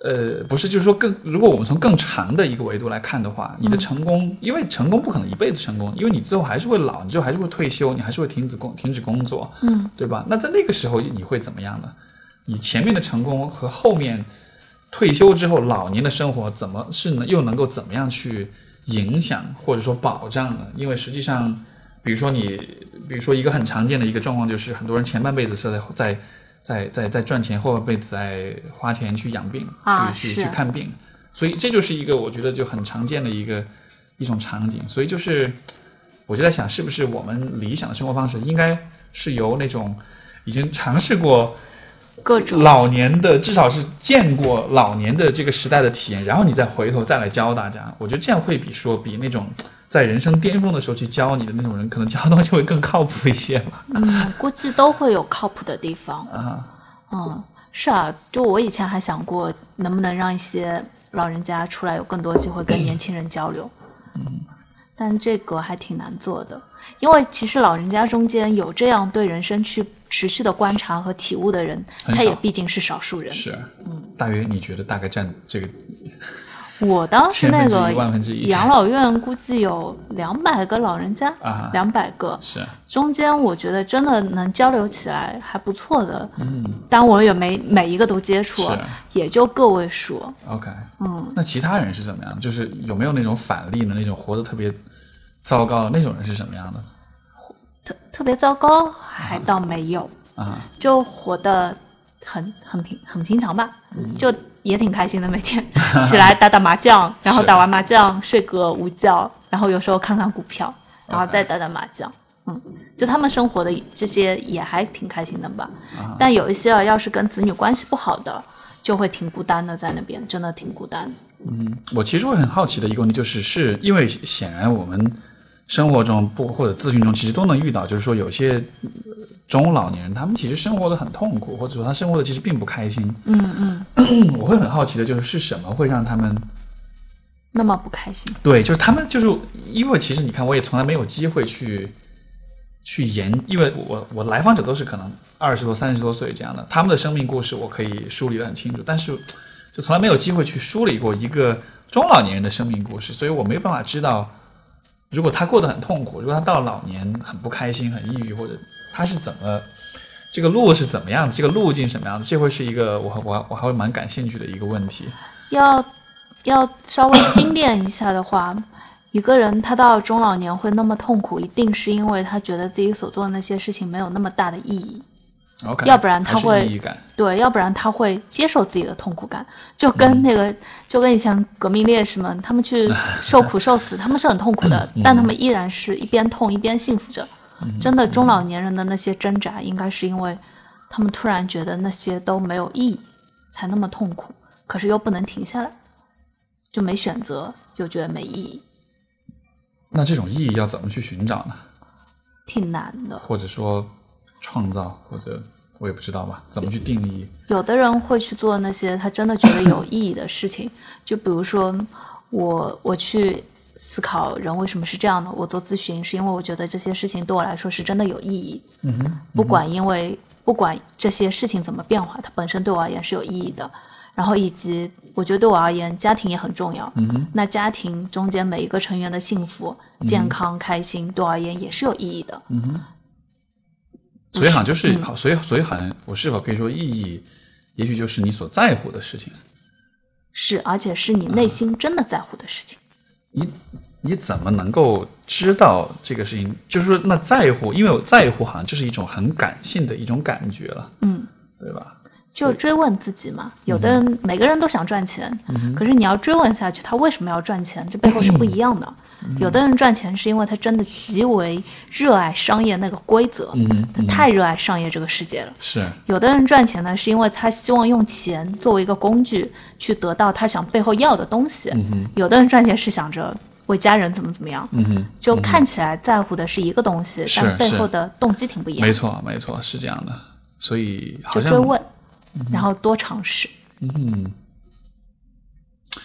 呃，不是，就是说更，如果我们从更长的一个维度来看的话，你的成功，因为成功不可能一辈子成功，因为你最后还是会老，你最后还是会退休，你还是会停止工停止工作，嗯，对吧？那在那个时候你会怎么样呢？你前面的成功和后面退休之后老年的生活怎么是能又能够怎么样去影响或者说保障呢？因为实际上，比如说你，比如说一个很常见的一个状况就是，很多人前半辈子是在在在在在赚钱，后半辈子在花钱去养病，啊去是去去看病，所以这就是一个我觉得就很常见的一个一种场景，所以就是。我就在想，是不是我们理想的生活方式应该是由那种已经尝试过各种老年的，至少是见过老年的这个时代的体验，然后你再回头再来教大家。我觉得这样会比说比那种在人生巅峰的时候去教你的那种人，可能教东西会更靠谱一些吧。嗯，估计都会有靠谱的地方。啊，嗯，是啊，就我以前还想过，能不能让一些老人家出来有更多机会跟年轻人交流，嗯但这个还挺难做的，因为其实老人家中间有这样对人生去持续的观察和体悟的人，很他也少毕竟是少数人。是。嗯大约你觉得大概占这个我当时千那分之个一、万分之 一养老院估计有两百个老人家，啊？两百个，是中间我觉得真的能交流起来还不错的，嗯，但我也没每一个都接触是，也就个位数， OK。嗯，那其他人是怎么样的？就是有没有那种反例的那种活得特别糟糕的那种人是什么样的特特别糟糕还倒没有，啊？就活得很很平很平常吧，嗯就也挺开心的，每 天起来打打麻将，然后是打完麻将睡个午觉，然后有时候看看股票，然后 OK 再打打麻将。嗯，就他们生活的这些也还挺开心的吧，啊但有一些啊，要是跟子女关系不好的，就会挺孤单的，在那边真的挺孤单的。我其实会很好奇的一个问题，就是是因为显然我们生活中不或者咨询中，其实都能遇到，就是说有些呃中老年人，他们其实生活的很痛苦，或者说他生活的其实并不开心。嗯嗯， 我会很好奇的就是是什么会让他们那么不开心。对，就是他们就是因为其实你看，我也从来没有机会去去研，因为我我来访者都是可能二十多、三十多岁这样的，他们的生命故事我可以梳理得很清楚，但是就从来没有机会去梳理过一个中老年人的生命故事，所以我没有办法知道，如果他过得很痛苦，如果他到了老年很不开心、很抑郁，或者他是怎么。这个路是怎么样的？这个路径什么样的？这会是一个我我我还会蛮感兴趣的一个问题。要要稍微精炼一下的话，一个人他到中老年会那么痛苦，一定是因为他觉得自己所做的那些事情没有那么大的意义。 OK，要不然他还是会意义感对，要不然他会接受自己的痛苦感，就跟那个，就跟以前革命烈士们，他们去受苦受死，他们是很痛苦的，但他们依然是一边痛一边幸福着。真的，中老年人的那些挣扎，应该是因为他们突然觉得那些都没有意义，才那么痛苦，可是又不能停下来，就没选择，又觉得没意义，那这种意义要怎么去寻找呢？挺难的。或者说创造，或者我也不知道吧，怎么去定义？有的人会去做那些他真的觉得有意义的事情，就比如说我我去思考人为什么是这样的，我做咨询是因为我觉得这些事情对我来说是真的有意义，嗯哼，不管因为不管这些事情怎么变化，它本身对我而言是有意义的。然后以及我觉得对我而言，家庭也很重要。嗯哼那家庭中间每一个成员的幸福、健康、开心，对我而言也是有意义的。嗯哼。所以好像就是，嗯好，所以所以好像我是否可以说意义，也许就是你所在乎的事情。是，而且是你内心真的在乎的事情。你你怎么能够知道这个事情？就是说，那在乎，因为我在乎好像就是一种很感性的一种感觉了，嗯，对吧？嗯就追问自己嘛。有的人每个人都想赚钱，可是你要追问下去，他为什么要赚钱？这背后是不一样的。嗯有的人赚钱是因为他真的极为热爱商业那个规则，嗯他太热爱商业这个世界了。是有的人赚钱呢，是因为他希望用钱作为一个工具去得到他想背后要的东西。有的人赚钱是想着为家人怎么怎么样，嗯哼。就看起来在乎的是一个东西，是但背是后的动机挺不一样没。错，没错，是这样的。所以好就像嗯追问，然后多尝试。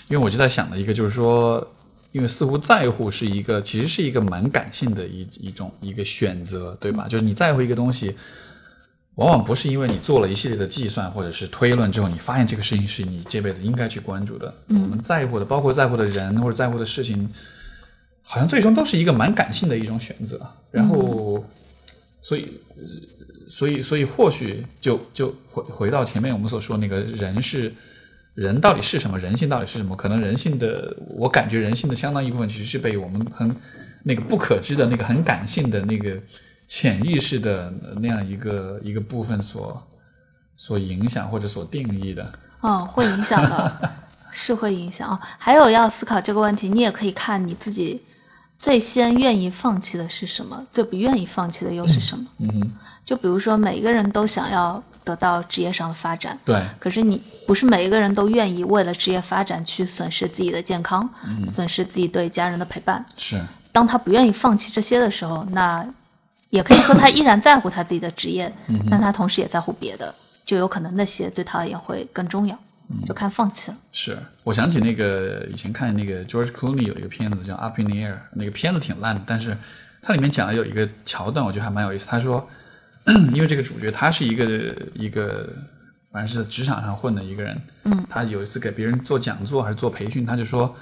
因为我就在想的一个就是说，因为似乎在乎是一个，其实是一个蛮感性的一一种一个选择，对吧？就是你在乎一个东西，往往不是因为你做了一系列的计算或者是推论之后，你发现这个事情是你这辈子应该去关注的。我们在乎的，包括在乎的人或者在乎的事情，好像最终都是一个蛮感性的一种选择。然后，所以。呃所以，所以或许就就回回到前面我们所说那个人是人到底是什么，人性到底是什么？可能人性的，我感觉人性的相当一部分其实是被我们很那个不可知的那个很感性的那个潜意识的呃那样一个一个部分所所影响或者所定义的。嗯，会影响的，是会影响啊。还有要思考这个问题，你也可以看你自己最先愿意放弃的是什么，最不愿意放弃的又是什么。嗯哼，就比如说，每个人都想要得到职业上的发展，对，可是你不是每一个人都愿意为了职业发展去损失自己的健康，嗯损失自己对家人的陪伴。是，当他不愿意放弃这些的时候，那也可以说他依然在乎他自己的职业，嗯但他同时也在乎别的，就有可能那些对他而言会更重要，嗯就看放弃了。是我想起那个以前看那个 George Clooney 有一个片子叫《Up in the Air》，那个片子挺烂的，但是它里面讲的有一个桥段，我觉得还蛮有意思。他说， 因为这个主角他是一个一个反正是职场上混的一个人，嗯，他有一次给别人做讲座还是做培训，他就说，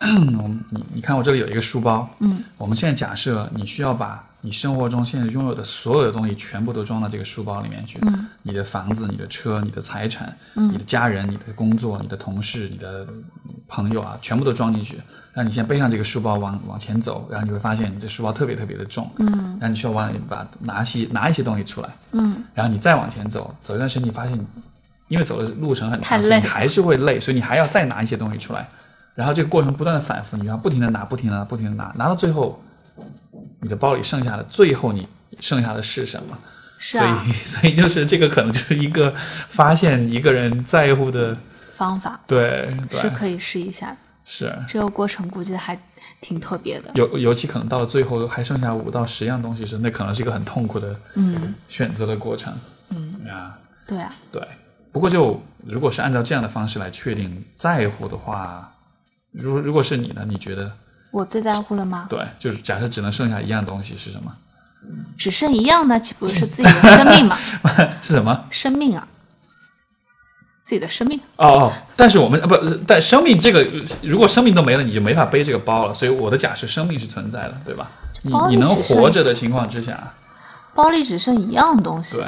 我们你你看我这里有一个书包，嗯，我们现在假设你需要把你生活中现在拥有的所有的东西全部都装到这个书包里面去，嗯，你的房子、你的车、你的财产、你的家人、你的工作、你的同事、你的朋友啊，全部都装进去。让你先背上这个书包往往前走，然后你会发现你这书包特别特别的重，嗯，然后你需要往里把拿些拿一些东西出来，嗯，然后你再往前走，走一段时间，你发现你，因为走的路程很太长，累所以你还是会累，所以你还要再拿一些东西出来，然后这个过程不断的反复，你要不停的拿，不停的拿，不停的拿，拿到最后，你的包里剩下的，最后你剩下的是什么？是所啊，以， 所以就是这个可能就是一个发现一个人在乎的，方法对对啊是可以试一下的，是。这个过程估计还挺特别的。尤尤其可能到了最后还剩下五到十样东西时，那可能是一个很痛苦的嗯选择的过程嗯，啊。对啊，对，不过就如果是按照这样的方式来确定在乎的话，如如果是你呢？你觉得我最在乎的吗？对，就是假设只能剩下一样东西是什么？ 只剩一样呢，岂不是自己的生 命嘛？是什么？生命啊，自己的生命。哦哦，但是我们啊不，但生命这个，如果生命都没了，你就没法背这个包了。所以我的假设，生命是存在的，对吧？你包你里能只剩活着的情况之下，包里只剩一样东西对，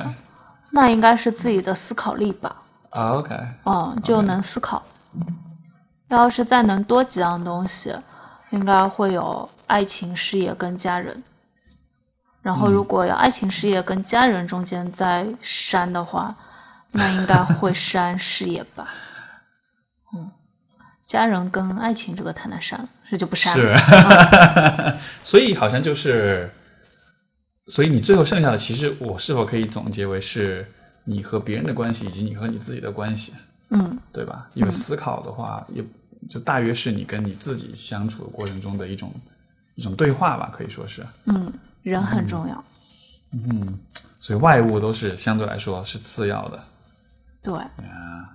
那应该是自己的思考力吧？啊，OK，嗯，就能思考。要是再能多几样东西，应该会有爱情、事业跟家人。然后，嗯如果要爱情、事业跟家人中间再删的话，那应该 会删事业吧？嗯，家人跟爱情这个太难删了，这就不删是了。，所以好像就是， 所以你最后剩下的，其实我是否可以总结为是你和别人的关系，以及你和你自己的关系，嗯，对吧？因为思考的话，也就大约是你跟你自己相处的过程中的一种一种对话吧，可以说是，嗯，人很重要。嗯，所以外物都是相对来说是次要的。对，啊，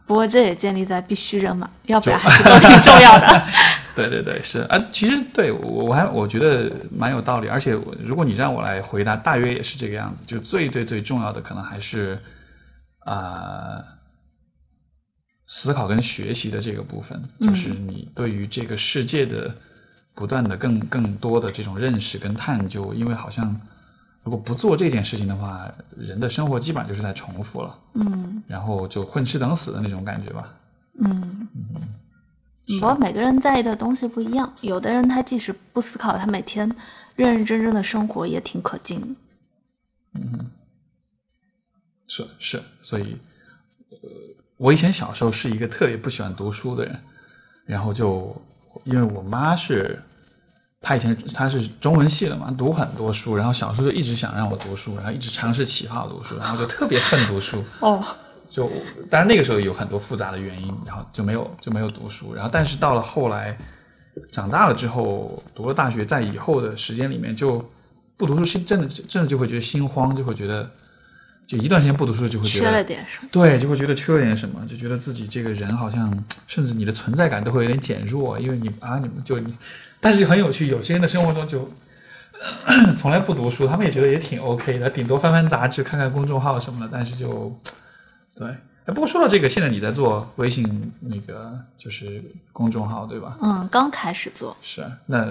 不过这也建立在必须人嘛，要不然还是都挺 重要的。对对对，是啊，其实对我我还我觉得蛮有道理，而且我如果你让我来回答，大约也是这个样子。就最最最重要的，可能还是啊、呃思考跟学习的这个部分，就是你对于这个世界的不断的更更多的这种认识跟探究，因为好像如果不做这件事情的话，人的生活基本上就是在重复了，嗯然后就混吃等死的那种感觉吧。嗯。不过每个人在意的东西不一样，有的人他即使不思考，他每天认认真真的生活也挺可敬的。是是，所以呃我以前小时候是一个特别不喜欢读书的人，然后就因为我妈是，她以前她是中文系的嘛，读很多书，然后小时候就一直想让我读书，然后一直尝试启发我读书，然后就特别恨读书。哦，就当然那个时候有很多复杂的原因，然后就没有就没有读书，然后但是到了后来长大了之后，读了大学，在以后的时间里面就不读书是真的真的就会觉得心慌，就会觉得就一段时间不读书就会觉缺得了点什么。对，就会觉得缺了点什么，就觉得自己这个人好像，甚至你的存在感都会有点减弱，因为你啊，你们就你，但是很有趣，有些人的生活中就 从来不读书，他们也觉得也挺 OK 的，顶多翻翻杂志、看看公众号什么的，但是就对。哎，不过说到这个，现在你在做微信那个就是公众号对吧？嗯，刚开始做，是，啊那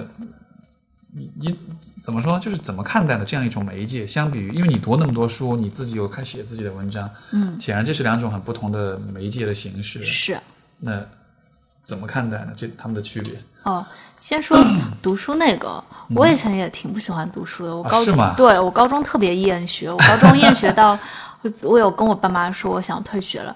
你你怎么说呢？就是怎么看待的这样一种媒介？相比于，因为你读那么多书，你自己有看写自己的文章，嗯，显然这是两种很不同的媒介的形式。是那怎么看待呢？这它们的区别？哦。先 说读书那个，我以前也挺不喜欢读书的。我啊高是吗对我高中特别厌学，我高中厌学 到，我我有跟我爸妈说我想退学了，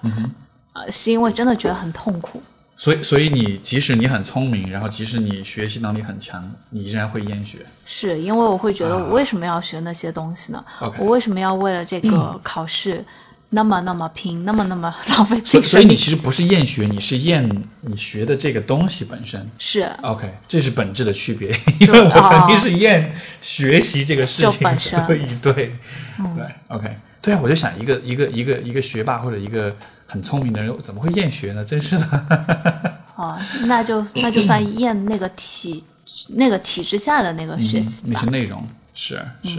呃，是因为真的觉得很痛苦。所以，所以你即使你很聪明，然后即使你学习能力很强，你依然会厌学。是因为我会觉得啊我为什么要学那些东西呢？ OK 嗯我为什么要为了这个考试那么那么拼，那么那么 浪费自所己以，所生以命？你其实不是厌学，你是厌你学的这个东西本身。是 OK，这是本质的区 别，因为我曾经是厌学习这个事就本情，身嗯所以对，对，OK，对啊，我就想一个一个一个一个学霸或者一个很聪明的人怎么会厌学呢？真是的， 哦，那就那就嗯算验那个体那个体制下的那个学习那吧。嗯些内容是是，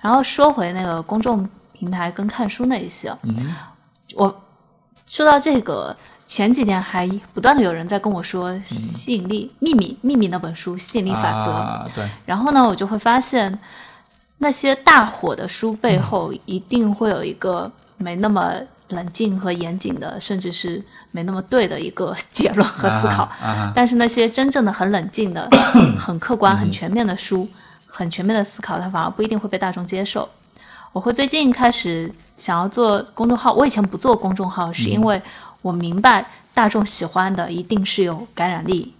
然后说回那个公众平台跟看书那一些，嗯我说到这个。前几天还不断的有人在跟我说吸引力秘密秘密那本书吸引力法则，嗯啊、对，然后呢，我就会发现，那些大火的书背后一定会有一个没那么冷静和严谨的，甚至是没那么对的一个结论和思考。啊啊但是那些真正的很冷静的、很客观、很全面的书、很全面的思考，它反而不一定会被大众接受。我会最近开始想要做公众号，我以前不做公众号，是因为我明白大众喜欢的一定是有感染力、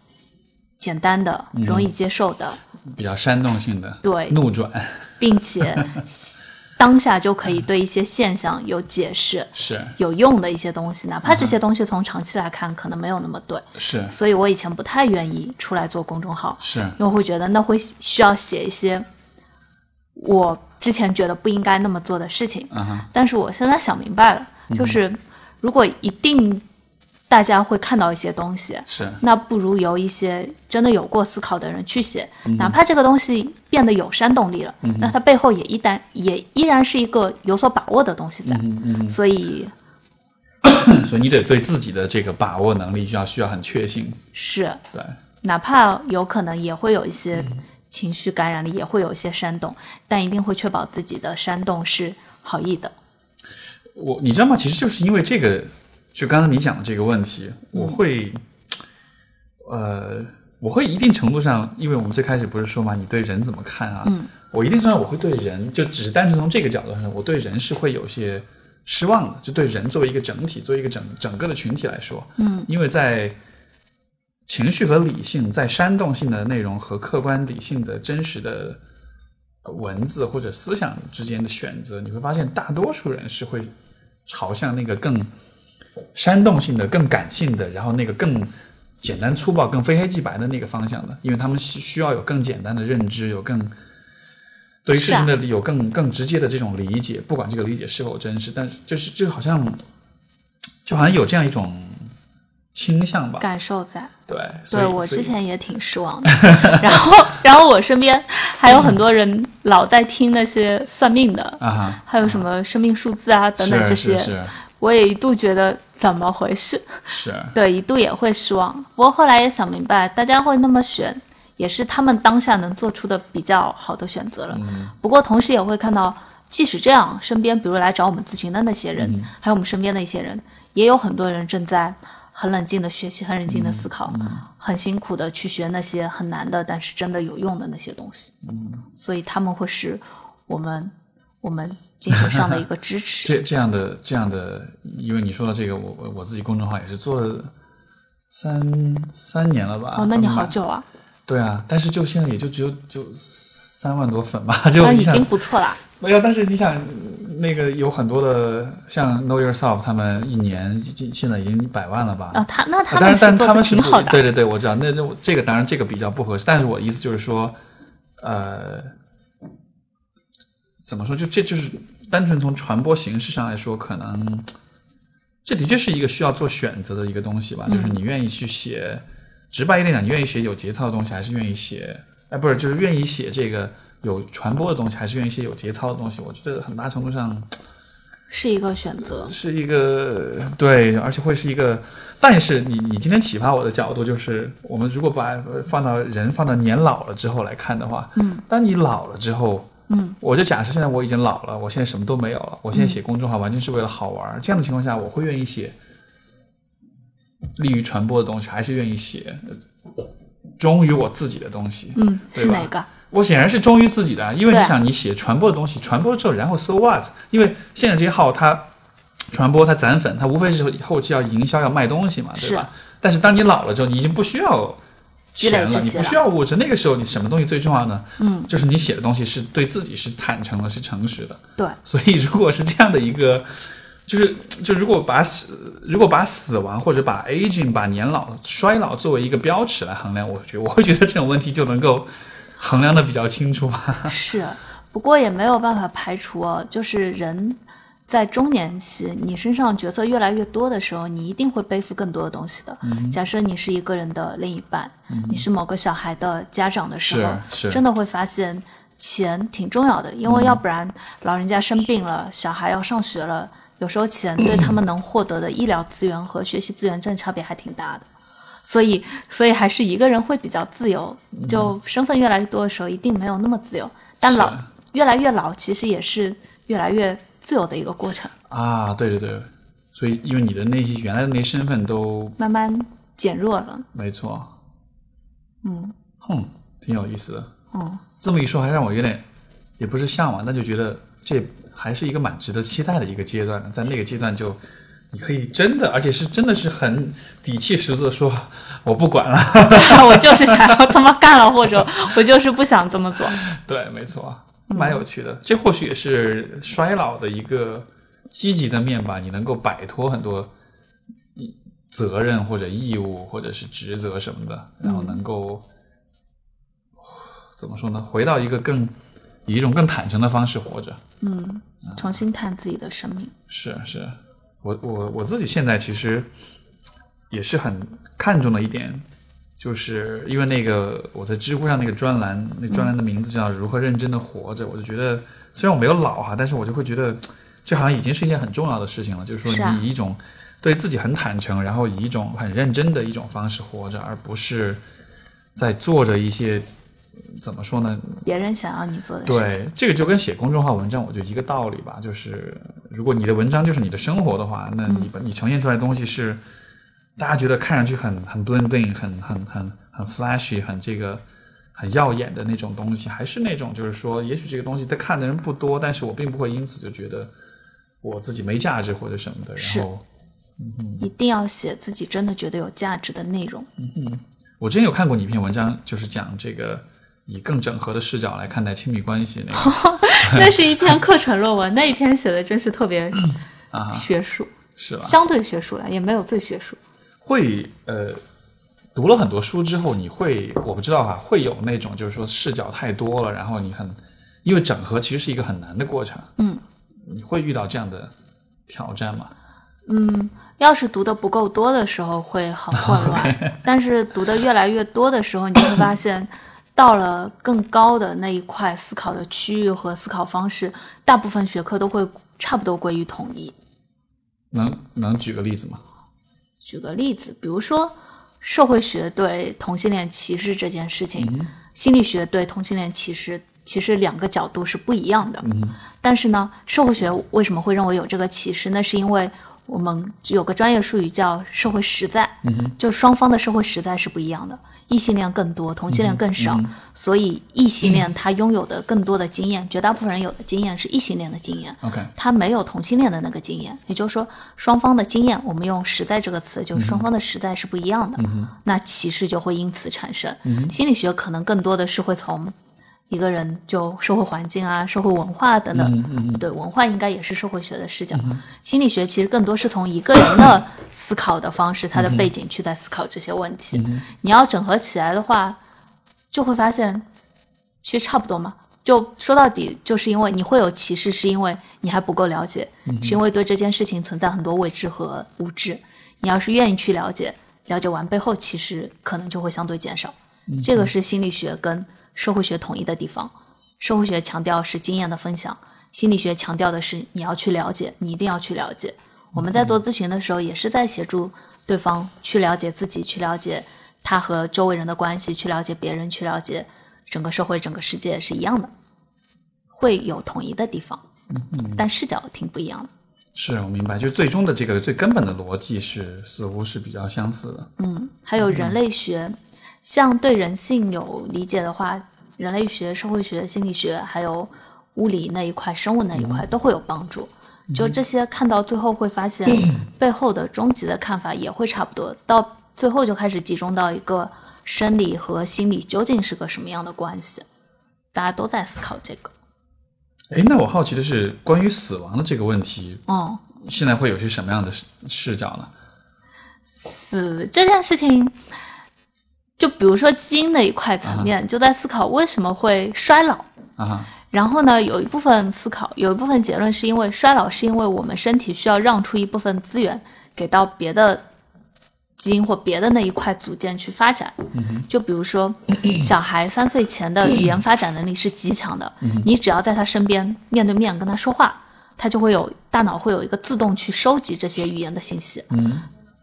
简单的、容易接受的。比较煽动性的，对怒转并且当下就可以对一些现象有解释、是有用的一些东西，哪怕这些东西从长期来看可能没有那么对。是所以我以前不太愿意出来做公众号，是因为我会觉得那会需要写一些我之前觉得不应该那么做的事情。啊哈嗯但是我现在想明白了，就是如果一定大家会看到一些东西，是那不如由一些真的有过思考的人去写，嗯哪怕这个东西变得有煽动力了，那它背后也依然也依然是一个有所把握的东西在。嗯所以所以你得对自己的这个把握能力需要需要很确信，是，对，哪怕有可能也会有一些嗯情绪感染力，也会有一些煽动，但一定会确保自己的煽动是好意的。我你知道吗？其实就是因为这个，就刚才你讲的这个问题，我会，呃，我会一定程度上，因为我们最开始不是说嘛，你对人怎么看啊？嗯，我一定程度上我会对人，就只是单纯从这个角度上，我对人是会有些失望的，就对人作为一个整体，作为一个整整个的群体来说，嗯，因为在情绪和理性，在煽动性的内容和客观理性的真实的文字或者思想之间的选择，你会发现大多数人是会朝向那个更煽动性的、更感性的，然后那个更简单粗暴、更非黑即白的那个方向的，因为他们需需要有更简单的认知，有更对于事是啊情的有更更直接的这种理解，不管这个理解是否真实，但是就是就好像就好像有这样一种倾向吧，感受在，对，所以对我所以之前也挺失 望的。然后，然后我身边还有很多人老在听那些算命的，啊哈。还有什么生命数字啊等等这是些，是是我也一度觉得怎么回事，是，对，一度也会失望。不过后来也想明白，大家会那么选，也是他们当下能做出的比较好的选择了。嗯不过同时也会看到，即使这样，身边比如来找我们咨询的那些嗯人，还有我们身边的一些人，也有很多人正在很冷静的学习，很冷静的思考，嗯很辛苦的去学那些嗯很难的，但是真的有用的那些东西。所以他们会是我们我们精神上的一个支 持。这这样的这样的，因为你说到这个，我我我自己公众号也是做了三三年了吧？哦，那你好慢慢久啊，对啊，但是就现在也就只有就三万多粉吧， 就那你已想经不错啦。没有，但是你想，那个有很多的像 Know Yourself，他们一年现在已经百万了吧？啊，他那他但们是但是是做他的们是挺不好的，对对对，我知道。那那我这个当然这个比较不合适，但是我的意思就是说，呃，怎么说？就这就是单纯从传播形式上来说，可能这的确是一个需要做选择的一个东西吧。就是嗯你愿意去写，直白一点讲，你愿意写有节操的东西，还是愿意写？哎，不是，就是愿意写这个有传播的东西，还是愿意写有节操的东西？我觉得很大程度上。是一个选择。是一个对，而且会是一个。但是你你今天启发我的角度就是，我们如果把呃放到人放到年老了之后来看的话，嗯，当你老了之后，嗯，我就假设现在我已经老了，我现在什么都没有了，我现在写公众号完全是为了好玩儿。这样的情况下，我会愿意写利于传播的东西，还是愿意写呃忠于我自己的东西？嗯，对是吧哪 个？我显然是忠于自己的啊，因为你对想，你写传播的东西，传播之后，然后 so what？因为现在这些号它传播、它攒粉，它无非是后期要营销、要卖东西嘛，对吧？但是当你老了之后，你已经不需要积钱累了，这你些不了需要物质，那个时候你什么东西最重要呢？嗯，就是你写的东西是对自己是坦诚的，是诚实的。对，所以如果是这样的一个，就是就如果把死如果把死亡或者把 aging 把年老衰老作为一个标尺来衡量，我觉我会觉得这种问题就能够衡量的比较清楚吧。是，不过也没有办法排除哦，就是人在中年期，你身上角色越来越多的时候，你一定会背负更多的东西的。嗯假设你是一个人的另一半，你是某个小孩的家长的时候，是嗯真的会发现钱挺重要的，因为要不然老人家生病了，小孩要上学了，有时候钱对他 们能获得的医疗资源和学习资源真的差别还挺大的。所以，所以还是一个人会比较自由。就身份越来越多的时候，一定没有那么自由。但老嗯是越来越老，其实也是越来越自由的一个过程， 啊，对对对，所以因为你的那些原来的那些身份都慢慢减弱了。没错，嗯哼，挺有意思的。嗯， 这么一说，还让我有点，也不是向往，但就觉得这还是一个蛮值得期待的一个阶段的。在那个阶段就，你可以真的，而且是真的是很底气十足的说，我不管了。 我就是想要这么干了，或者我就是不想这么做。对，没错，蛮有趣的。这或许也是衰老的一个积极的面吧，你能够摆脱很多嗯责任或者义务或者是职责什么的，然后能够、怎么说呢？回到一个更以一种更坦诚的方式活着。嗯，重新看自己的生命。是啊是，我我我自己现在其实也是很看重的一点，就是因为那个我在知乎上那个专栏，那专栏的名字叫“如何认真的活着”，我就觉得虽然我没有老哈，但是我就会觉得这好像已经是一件很重要的事情了，就是说是啊你以一种对自己很坦诚，然后以一种很认真的一种方式活着，而不是在做着一些。怎么说呢？别人想要你做的事情。对，这个就跟写公众号文章，我觉得一个道理吧，就是如果你的文章就是你的生活的话，那嗯你把你呈现出来的东西是大家觉得看上去很很 bling bling，很很很很 flashy，很这个很耀眼的那种东西，还是那种就是说，也许这个东西在看的人不多，但是我并不会因此就觉得我自己没价值或者什么的，是然后。一定要写自己真的觉得有价值的内 容。我之前有看过你一篇文章，就是讲这个以更整合的视角来看待亲密关系那 个那是一篇课程论文，那一篇写的真是特别啊，学术，是吧？相对学术了，也没有最学术。会呃，读了很多书之后，你会我不知道啊，会有那种就是说视角太多了，然后你很，因为整合其实是一个很难的过程，嗯，你会遇到这样的挑战吗？嗯，要是读的不够多的时候会很混乱，但是读的越来越多的时候，你会发现，到了更高的那一块思考的区域和思考方式，大部分学科都会差不多归于统一。能能举个例子吗？举个例子，比如说社会学对同性恋歧视这件事情，心理学对同性恋歧视，其实两个角度是不一样的。但是呢，社会学为什么会认为有这个歧视？那是因为我们有个专业术语叫社会实在，就双方的社会实在是不一样的，异性恋更多，同性恋更少，所以异性恋他拥有的更多的经验，绝大部分人有的经验是异性恋的经验， OK，他没有同性恋的那个经验，也就是说，双方的经验，我们用“实在”这个词，就是双方的实在是不一样的，那歧视就会因此产生。心理学可能更多的是会从一个人就社会环境啊、社会文化等嗯等，对文化应该也是社会学的视角。心理学其实更多是从一个人的思考的方式、他的背景去在思考这些问题。你要整合起来的话，就会发现其实差不多嘛。就说到底，就是因为你会有歧视，是因为你还不够了解，是因为对这件事情存在很多未知和无知。你要是愿意去了解，了解完背后，其实可能就会相对减少。这个是心理学跟社会学统一的地方。社会学强调是经验的分享，心理学强调的是你要去了解，你一定要去了解。我们在做咨询的时候，也是在协助对方去了解自己，去了解他和周围人的关系，去了解别人，去了解整个社会、整个世界是一样的，会有统一的地方，但视角挺不一样的。是我明白，就是最终的这个最根本的逻辑是似乎是比较相似的。嗯，还有人类学，像对人性有理解的话，人类学、社会学、心理学，还有物理那一块、生物那一块都会有帮助。就这些看到最后会发现，背后的终极的看法也会差不多，到最后就开始集中到一个生理和心理究竟是个什么样的关系，大家都在思考这个。哎，那我好奇的是，关于死亡的这个问题，嗯，现在会有些什么样的视视角呢？死这件事情，就比如说基因的一块层面，就在思考为什么会衰老。啊哈，然后呢，有一部分思考，有一部分结论是因为衰老是因为我们身体需要让出一部分资源给到别的基因或别的那一块组件去发展。就比如说，小孩三岁前的语言发展能力是极强的，你只要在他身边面对面跟他说话，他就会有大脑会有一个自动去收集这些语言的信息。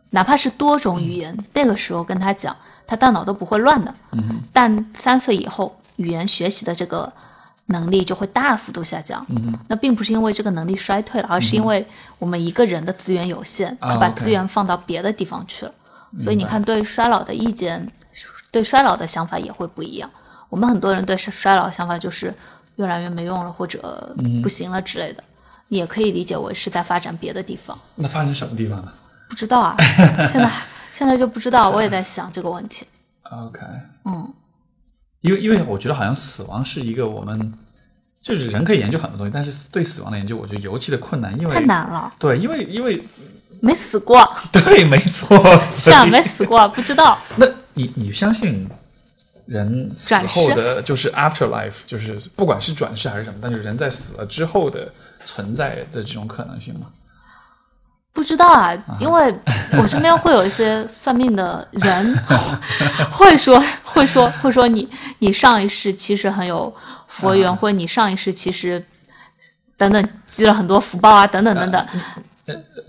哪怕是多种语言，嗯那个时候跟他讲，他大脑都不会乱的。但三岁以后，语言学习的这个能力就会大幅度下降。嗯那并不是因为这个能力衰退了，而是因为我们一个人的资源有限，啊他把 OK 资源放到别的地方去了。所以你看，对衰老的意见，对衰老的想法也会不一样。我们很多人对衰衰老的想法就是越来越没用了，嗯或者不行了之类的，你也可以理解为是在发展别的地方。那发生什么地方呢不知道 啊，现在现在就不知道，我也在想这个问题。 ？OK，嗯，因为因为我觉得好像死亡是一个我们就是人可以研究很多东西，但是对死亡的研究我觉得尤其的困难，因为太难了，对，因为因为没死 过，对， 没错，是所啊，以没死过，不知道。那你你相信人死转世后的就是 after life，就是不管是转世还是什么，但是人在死了之后的存在的这种可能性吗？不知道啊，因为我身边会有一些算命的 人，会说会说会说你你上一世其实很有佛缘，或者你上一世其实等等积了很多福报啊，等等等等。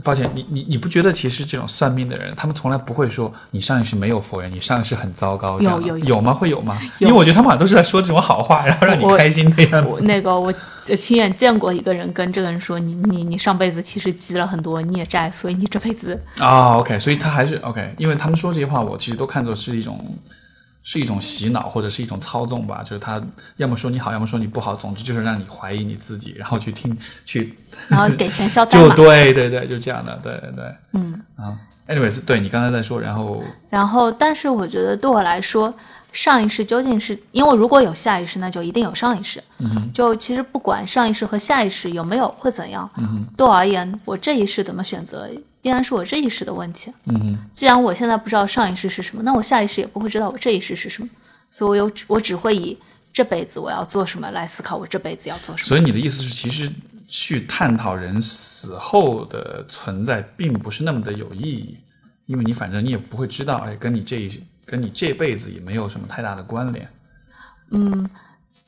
抱歉，你你你不觉得其实这种算命的人，他们从来不会说你上一世没有佛缘，你上一世很糟糕，这样的有有有有吗？会有吗？因为我觉得他们好像都是在说这种好话，然后让你我开心的样我子。那个我亲眼见过一个人跟这个人说，你你你上辈子其实积了很多孽债，所以你这辈子啊、o k 所以他还是 OK，因为他们说这些话，我其实都看作是一种。是一种洗脑或者是一种操纵吧，就是他要么说你好，要么说你不好，总之就是让你怀疑你自己，然后去听去然后给钱消灾就嘛。对对对，就这样的，对对对嗯，啊。anyways，对你刚才在说，然后然后但是我觉得对我来说，上一世究竟是因为如果有下一世，那就一定有上一世。嗯、就其实不管上一世和下一世有没有会怎样，嗯、对我而言，我这一世怎么选择，依然是我这一世的问题。嗯哼既然我现在不知道上一世是什么，那我下一世也不会知道我这一世是什么，所以我有我只会以这辈子我要做什么来思考我这辈子要做什么。所以你的意思是，其实去探讨人死后的存在，并不是那么的有意义，因为你反正你也不会知道，哎，跟你这一跟你这辈子也没有什么太大的关联。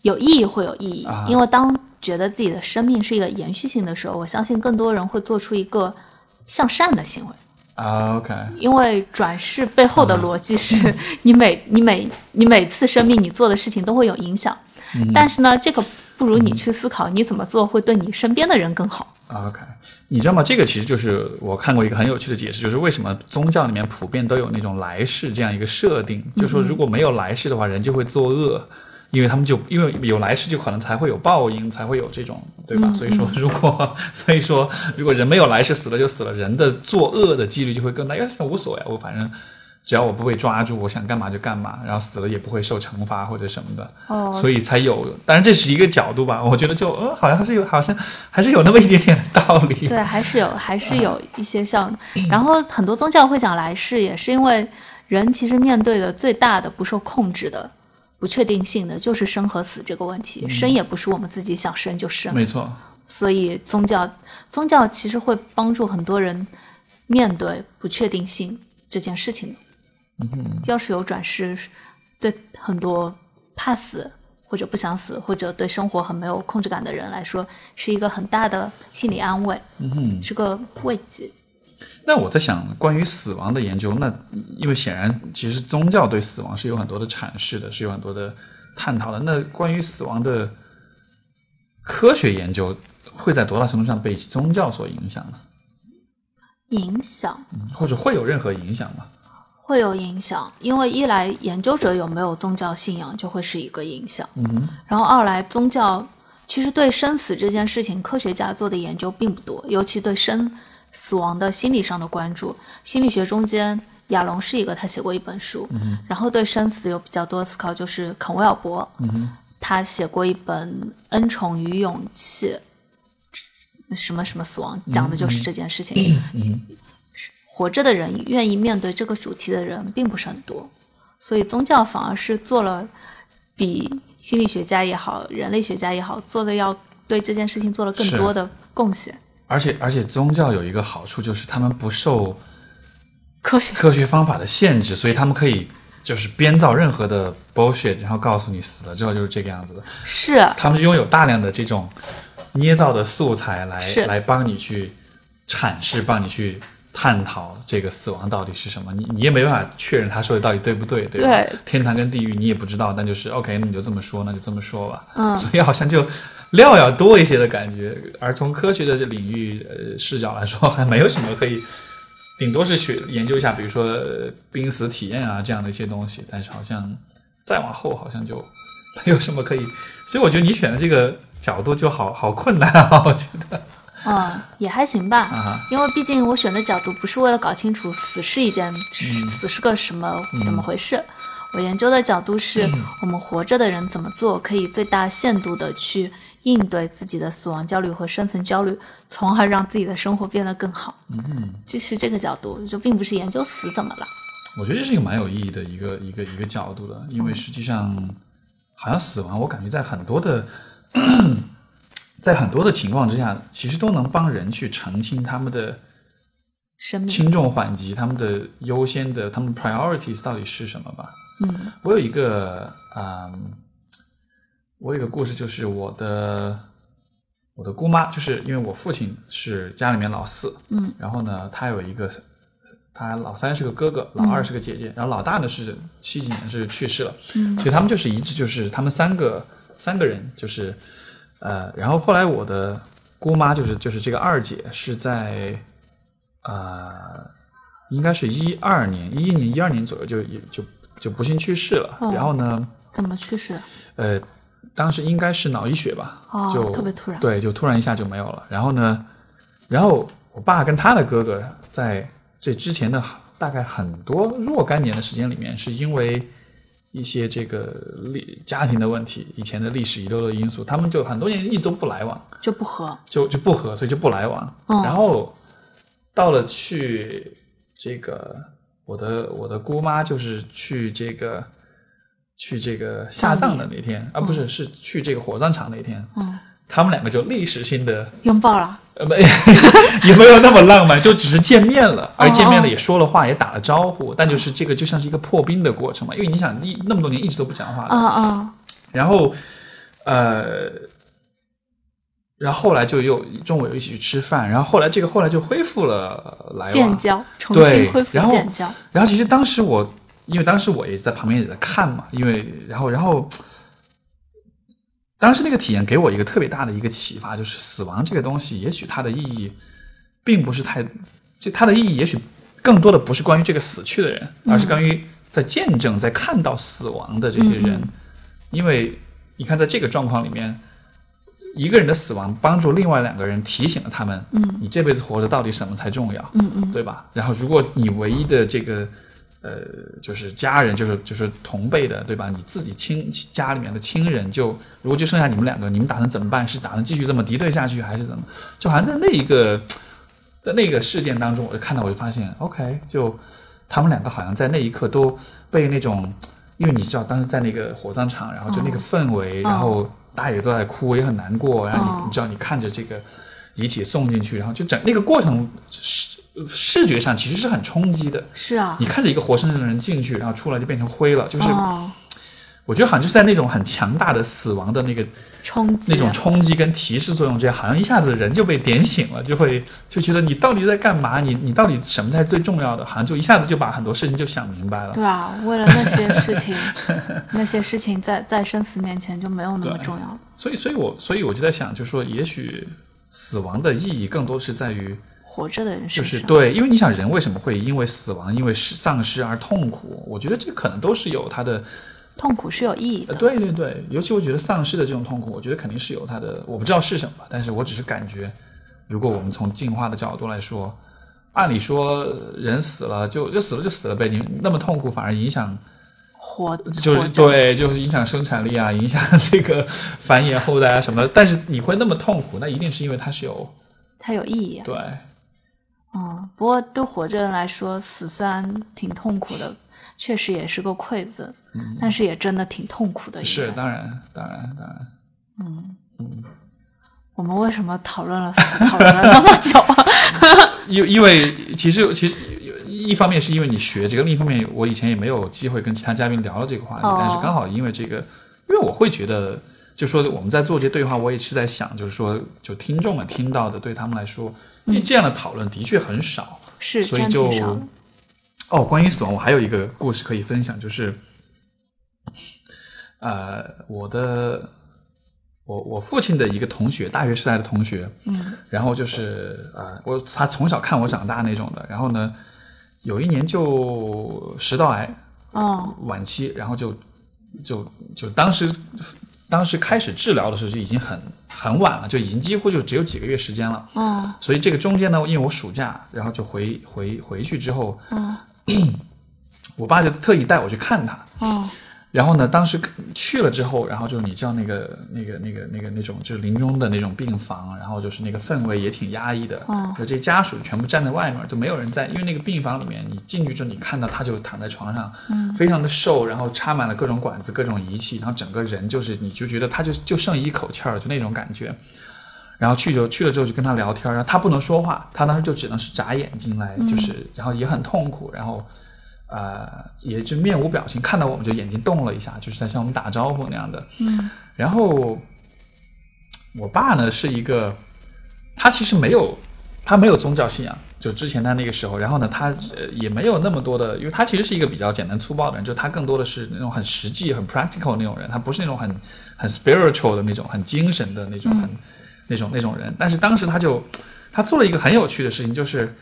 有意义会有意义啊，因为当觉得自己的生命是一个延续性的时候，我相信更多人会做出一个向善的行为。啊 OK，因为转世背后的逻辑是你每你每你每次生命你做的事情都会有影响，但是呢，这个不如你去思考你怎么做会对你身边的人更好。 OK，你知道吗？这个其实就是我看过一个很有趣的解释，就是为什么宗教里面普遍都有那种来世这样一个设定，就说如果没有来世的话，人就会作恶，因为他们就因为有来世就可能才会有报应，才会有这种对吧？所以说如果所以说如果人没有来世死了就死了，人的作恶的几率就会更大，因为想无所呀，啊我反正。只要我不被抓住，我想干嘛就干嘛，然后死了也不会受惩罚或者什么的，哦所以才有。当然这是一个角度吧，我觉得就呃，好像是有，好像还是有那么一点点的道理。对，还是有，还是有一些像，然后很多宗教会讲来世，也是因为人其实面对的最大的不受控制的不确定性的，就是生和死这个问题。生也不是我们自己想生就生，没错，所以宗教宗教其实会帮助很多人面对不确定性这件事情。嗯，要是有转世，对很多怕死或者不想死或者对生活很没有控制感的人来说，是一个很大的心理安慰，嗯，是个慰藉。那我在想关于死亡的研究，那因为显然其实宗教对死亡是有很多的阐释的，是有很多的探讨的。那关于死亡的科学研究会在多大程度上被宗教所影响呢？影响或者会有任何影响吗？会有影响，因为一来研究者有没有宗教信仰就会是一个影响，嗯哼，然后二来，宗教其实对生死这件事情，科学家做的研究并不多，尤其对生死亡的心理上的关注。心理学中间，亚龙是一个，他写过一本书，嗯然后对生死有比较多思考，就是肯维尔伯，他写过一本《恩宠与勇气》，什么什么死亡，讲的就是这件事情。活着的人愿意面对这个主题的人并不是很多，所以宗教反而是做了比心理学家也好、人类学家也好做的要对这件事情做了更是多的贡献。而且而且宗教有一个好处就是他们不受科学科学方法的限制，所以他们可以。就是编造任何的 bullshit，然后告诉你死了之后就是这个样子的。是啊他们拥有大量的这种捏造的素材来是来帮你去阐释，帮你去探讨这个死亡到底是什么。你你也没办法确认他说的到底对不对，对吧？对天堂跟地狱你也不知道，那就是 OK，那你就这么说，那就这么说吧。嗯所以好像就料要多一些的感觉。而从科学的领域呃视角来说，还没有什么可以。顶多是学研究一下，比如说呃濒死体验啊这样的一些东西，但是好像再往后好像就没有什么可以，所以我觉得你选的这个角度就好好困难啊，我觉得嗯，也还行吧，啊因为毕竟我选的角度不是为了搞清楚死是一件、嗯死是个什么、怎么回事，我研究的角度是嗯我们活着的人怎么做可以最大限度的去应对自己的死亡焦虑和生存焦虑，从而让自己的生活变得更好。嗯，就是这个角度，就并不是研究死怎么了。我觉得这是一个蛮有意义的一个一个一个角度的，因为实际上好像死亡，我感觉在很多的 在很多的情况之下，其实都能帮人去澄清他们的生命，轻重缓急，他们的优先的他们 priorities 到底是什么吧。嗯我有一个，嗯，我有一个故事，就是我的我的姑妈，就是因为我父亲是家里面老四，嗯，然后呢，他有一个，他老三是个哥哥，老二是个姐姐，然后老大呢是七几年是去世了，嗯所以他们就是一致，就是他们三个三个人，就是呃，然后后来我的姑妈就是就是这个二姐是在呃，应该是一二年一一年一二年左右就也就就不幸去世了，哦然后呢，怎么去世的？呃，当时应该是脑溢血吧，哦就特别突然对，就突然一下就没有了。然后呢，然后我爸跟他的哥哥在这之前的大概很多若干年的时间里面，是因为一些这个历家庭的问题、以前的历史遗留的因素，他们就很多年一直都不来往，就不和，就就不和，所以就不来往。嗯然后到了去这个我的我的姑妈就是去这个去这个下葬的那天啊，不是是去这个火葬场那天，嗯，他们两个就历史性的拥抱了，呃没 也没有那么浪漫，就只是见面了，而见面了也说了话，也打了招呼，但就是这个就像是一个破冰的过程嘛，因为你想一那么多年一直都不讲话的，啊啊，然后，呃，然后后来就又中午又一起去吃饭，然后后来这个后来就恢复了来建往。交，重对新恢复然后建交，然后其实当时我，因为当时我也在旁边也在看嘛，因为然后然后，当时那个体验给我一个特别大的一个启发，就是死亡这个东西，也许它的意义并不是太，就它的意义也许更多的不是关于这个死去的人，而是关于在见证、在看到死亡的这些人，因为你看，在这个状况里面，一个人的死亡帮助另外两个人提醒了他们，嗯，你这辈子活着到底什么才重要，嗯嗯，对吧？然后，如果你唯一的这个。呃，就是家人，就是就是同辈的，对吧？你自己亲亲家里面的亲人就，如果就剩下你们两个，你们打算怎么办？是打算继续这么敌对下去，还是怎么？就好像在那一个，在那个事件当中，我就看到，我就发现，OK，就哦他们两个好像在那一刻都被那种，因为你知道，当时在那个火葬场，然后就那个氛围，然后大家也都在哭，也很难过，然后你、哦你知道，你看着这个遗体送进去，然后就整那个过程视视觉上其实是很冲击的，是啊你，看着一个活生生的人进去，然后出来就变成灰了，就是哦，我觉得好像就是在那种很强大的死亡的那个冲击那种冲击跟提示作用之下，好像一下子人就被点醒了，就会就觉得你到底在干嘛？你你到底什么才是最重要的？好像就一下子就把很多事情就想明白了。对啊，为了那些事 情，那些事情在在生死面前就没有那么对重要了。所以，所以我所以我就在想，就是说，也许死亡的意义更多是在于，活着的人身就上，是对，因为你想人为什么会因为死亡、因为失丧失而痛苦？我觉得这可能都是有它的痛苦是有意义呃，的。对对对，尤其我觉得丧尸的这种痛苦，我觉得肯定是有它的，我不知道是什么，但是我只是感觉，如果我们从进化的角度来说，按理说呃人死了就就死了就死了呗，你那么痛苦反而影响，活就是活着对，就是影响生产力啊，影响这个繁衍后代啊什么的。但是你会那么痛苦，那一定是因为它是有它有意义、啊。对，嗯，不过对活着人来说，死虽然挺痛苦的，确实也是个馈赠，但是也真的挺痛苦的一嗯是个。当然当然当然，我们为什么讨论了死，讨论了那么久啊？ 因因为其实其实一方面是因为你学这个，另一方面我以前也没有机会跟其他嘉宾聊到这个话题，哦但是刚好因为这个，因为我会觉得，就说我们在做这些对话，我也是在想，就是说，就听众们听到的，对他们来说，因为这样的讨论的确很少，是，所真以挺就少的哦，关于死亡，我还有一个故事可以分享，就是，呃，我的我我父亲的一个同学，大学时代的同学，嗯，然后就是呃，我他从小看我长大那种的，然后呢，有一年就食道癌嗯晚期，然后就就就当时当时开始治疗的时候就已经很很晚了，就已经几乎就只有几个月时间了，嗯所以这个中间呢，因为我暑假，然后就回回回去之后， 我爸就特意带我去看他。嗯然后呢，当时去了之后，然后就是你知道那个那个那个那个那种就是临终的那种病房，然后就是那个氛围也挺压抑的。嗯就这些家属全部站在外面，就没有人在，因为那个病房里面，你进去之后，你看到他就躺在床上，非常的瘦，然后插满了各种管子、各种仪器，然后整个人就是你就觉得他就就剩一口气儿了，就那种感觉。然后去就去了之后就跟他聊天儿，然后他不能说话，他当时就只能是眨眼睛来，就是、然后也很痛苦，然后呃也就面无表情，看到我们就眼睛动了一下，就是在向我们打招呼那样的。嗯然后我爸呢是一个，他其实没有他没有宗教信仰，就之前他那个时候，然后呢他呃也没有那么多的，因为他其实是一个比较简单粗暴的人，就他更多的是那种很实际、很 practical 那种人，他不是那种很很 spiritual 的那种、很精神的那种、很那种那种人。但是当时他就他做了一个很有趣的事情，就是。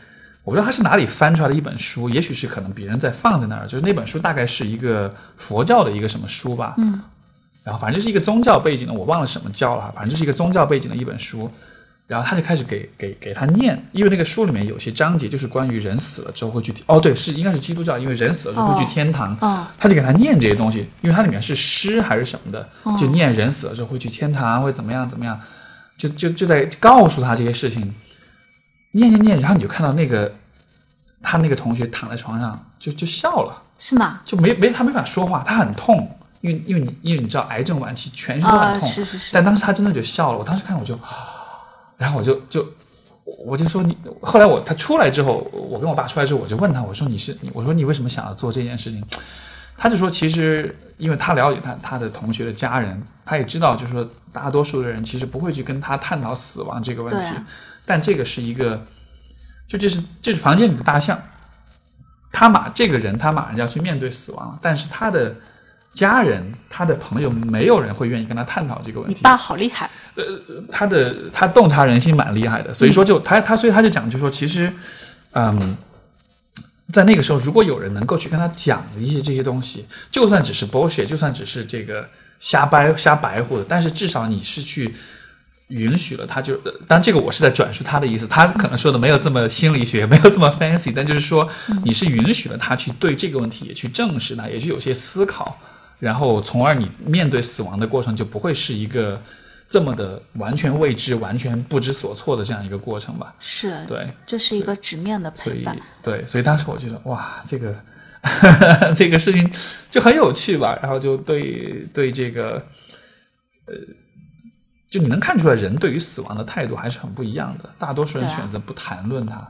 我不知道他是哪里翻出来的一本书，也许是可能别人在放在那儿，就是那本书大概是一个佛教的一个什么书吧，嗯然后反正就是一个宗教背景的，我忘了什么教了，反正就是一个宗教背景的一本书。然后他就开始给给给他念，因为那个书里面有些章节就是关于人死了之后会去天哦，对，是应该是基督教，因为人死了之后会去哦天堂，嗯他就给他念这些东西，因为它里面是诗还是什么的，就念人死了之后会去天堂，会怎么样怎么样，就就就在告诉他这些事情，念念念，然后你就看到那个他那个同学躺在床上就就笑了。是吗？就没没他没法说话，他很痛，因为因为你因为你知道癌症晚期全身都很啊，痛，是是是，但当时他真的就笑了，我当时看我就，啊然后我就就我就说你，后来我他出来之后，我跟我爸出来之后，我就问他，我说你是你我说你为什么想要做这件事情？他就说，其实因为他了解他他的同学的家人，他也知道，就是说大多数的人其实不会去跟他探讨死亡这个问题，对啊但这个是一个，就这是这是房间里的大象，他马这个人他马上就要去面对死亡了，但是他的家人、他的朋友，没有人会愿意跟他探讨这个问你题。爸好厉害，他的他洞察人心蛮厉害的，所以说就他他所以他就讲，就说其实，嗯，在那个时候，如果有人能够去跟他讲一些这些东西，就算只是 bullshit，就算只是这个瞎掰瞎白活的，但是至少你是去。允许了他就，呃当然这个我是在转述他的意思，他可能说的没有这么心理学，没有这么 fancy，但就是说你是允许了他去对这个问题也去正视它，也去有些思考，然后从而你面对死亡的过程就不会是一个这么的完全未知、完全不知所措的这样一个过程吧？是，对，这是一个直面的所陪以伴。对，所以当时我觉得哇，这个 这个事情就很有趣吧，然后就对对这个呃，就你能看出来人对于死亡的态度还是很不一样的，大多数人对啊选择不谈论它。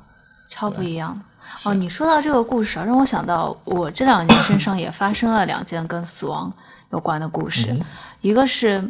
超不一样的。哦，你说到这个故事啊，让我想到我这两年身上也发生了两件跟死亡有关的故嗯事，一个是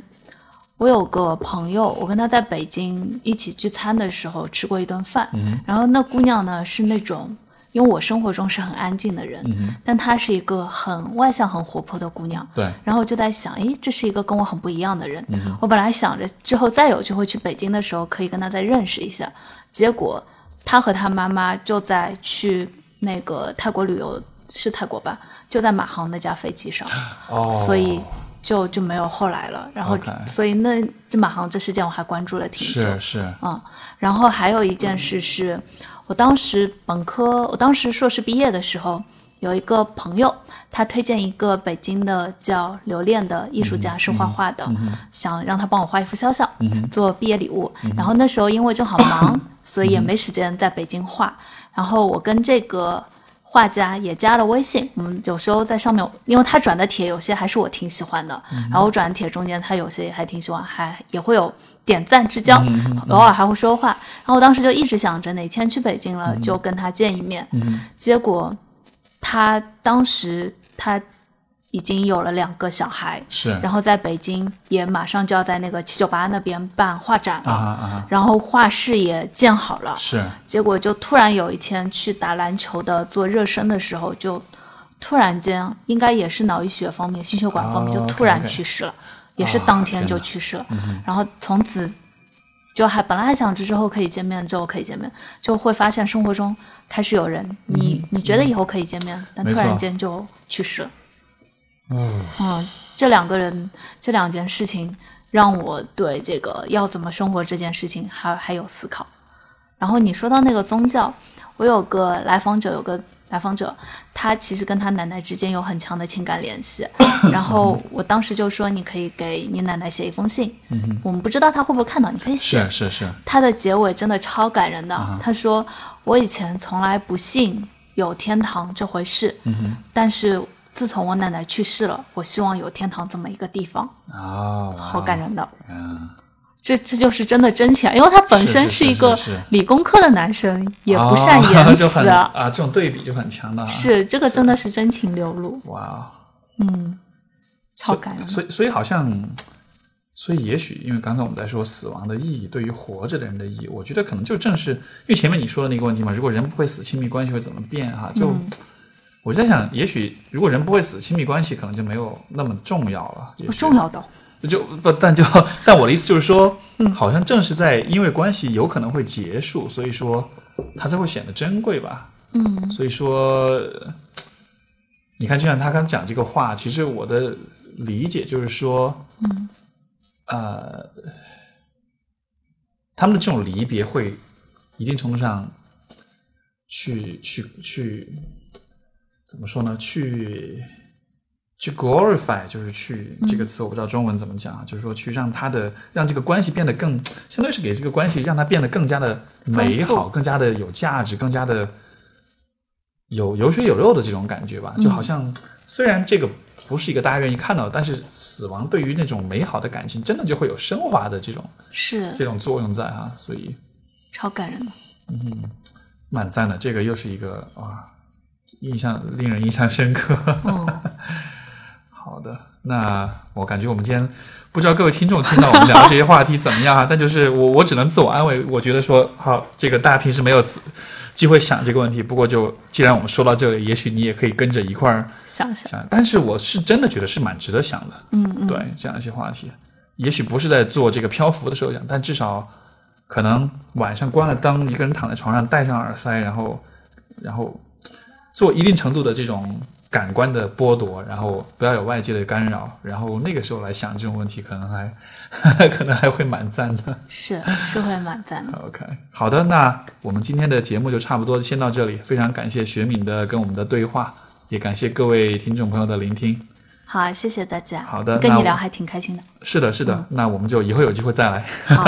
我有个朋友，我跟她在北京一起聚餐的时候吃过一顿饭，嗯然后那姑娘呢是那种。因为我生活中是很安静的人，嗯但她是一个很外向、很活泼的姑娘，对，然后我就在想，诶，这是一个跟我很不一样的人。嗯我本来想着之后再有机会去北京的时候，可以跟他再认识一下。结果他和他妈妈就在去那个泰国旅游，是泰国吧？就在马航那架飞机上，哦，所以就就没有后来了。然后 OK 所以那这马航这事件我还关注了挺久。是是，嗯，然后还有一件事是，我当时本科，我当时硕士毕业的时候，有一个朋友，他推荐一个北京的叫刘恋的艺术家，是画画的，想让他帮我画一幅肖像，做毕业礼物。然后那时候因为正好忙，所以也没时间在北京画。然后我跟这个。画家也加了微信，我们有时候在上面，因为他转的帖有些还是我挺喜欢的，然后我转的帖中间他有些也还挺喜欢，还也会有点赞之交，偶尔还会说话。然后我当时就一直想着哪天去北京了、就跟他见一面，结果他当时他已经有了两个小孩，是，然后在北京也马上就要在那个七九八那边办画展了，啊啊，然后画室也建好了，是结果就突然有一天去打篮球的做热身的时候，就突然间应该也是脑溢血方面、心血管方面，哦就突然 OK，OK 去世了，也是啊当天天就哪嗯去世了。然后从此就还本来还想着之后可以见面，之后可以见面，就会发现生活中开始有人，你你觉得以后可以见面，但嗯没突然错间就去世了。嗯，嗯，这两个人这两件事情让我对这个要怎么生活这件事情还还有思考。然后你说到那个宗教，我有个来访者，有个来访者，他其实跟他奶奶之间有很强的情感联系。然后我当时就说，你可以给你奶奶写一封信，我们不知道她会不会看到，你可以写是是是，他的结尾真的超感人的。他说：“我以前从来不信有天堂这回事，嗯但是自从我奶奶去世了，我希望有天堂这么一个地方。哦，”好感人的，嗯，这这就是真的真情啊，因为他本身是是一是个是是理工科的男生，也不善言哦辞就很啊。啊， 这种对比就很强的啊，是这个真的是真情流露，哇哦。嗯，超感人的。所以，所以好像，所以也许，因为刚才我们在说死亡的意义，对于活着的人的意义，我觉得可能就正是因为前面你说的那个问题嘛，如果人不会死，亲密关系会怎么变哈、就、嗯我在想，也许如果人不会死，亲密关系可能就没有那么重要了。也不许哦重要的，就不，但就但我的意思就是说，好像正是在因为关系有可能会结束，所以说它才会显得珍贵吧。嗯，所以说，你看，就像他刚讲这个话，其实我的理解就是说，嗯，呃，他们的这种离别会一定程度上去去去怎么说呢？去去 glorify，就是去这个词我不知道中文怎么讲啊，就是说去让他的让这个关系变得更，相当于是给这个关系让它变得更加的美丰好，更加的有价值，更加的有有血有肉的这种感觉吧。就好像、虽然这个不是一个大家愿意看到的，但是死亡对于那种美好的感情，真的就会有升华的这种是这种作用在啊，所以。超感 人的。嗯，蛮赞的，这个又是一个啊，印象令人印象深刻。 嗯，好的，那我感觉我们今天不知道各位听众听到我们聊这些话题怎么样啊？但就是我我只能自我安慰，我觉得说好，这个大家平时没有思机会想这个问题。不过就既然我们说到这里，也许你也可以跟着一块儿想想，想。但是我是真的觉得是蛮值得想的。嗯嗯，对这样一些话题，也许不是在做这个漂浮的时候讲，但至少可能晚上关了灯，一个人躺在床上，戴上耳塞，然后然后做一定程度的这种感官的剥夺，然后不要有外界的干扰，然后那个时候来想这种问题，可能还 可能还会蛮赞的。是是会蛮赞的。 OK，好的，那我们今天的节目就差不多先到这里，非常感谢学敏的跟我们的对话，也感谢各位听众朋友的聆听。好啊，谢谢大家。好的跟那你我聊还挺开心的。是的，是的，那我们就以后有机会再来。好，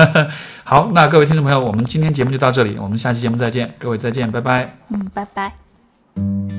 好，那各位听众朋友，我们今天节目就到这里，我们下期节目再见，各位再见，拜拜。嗯，拜拜。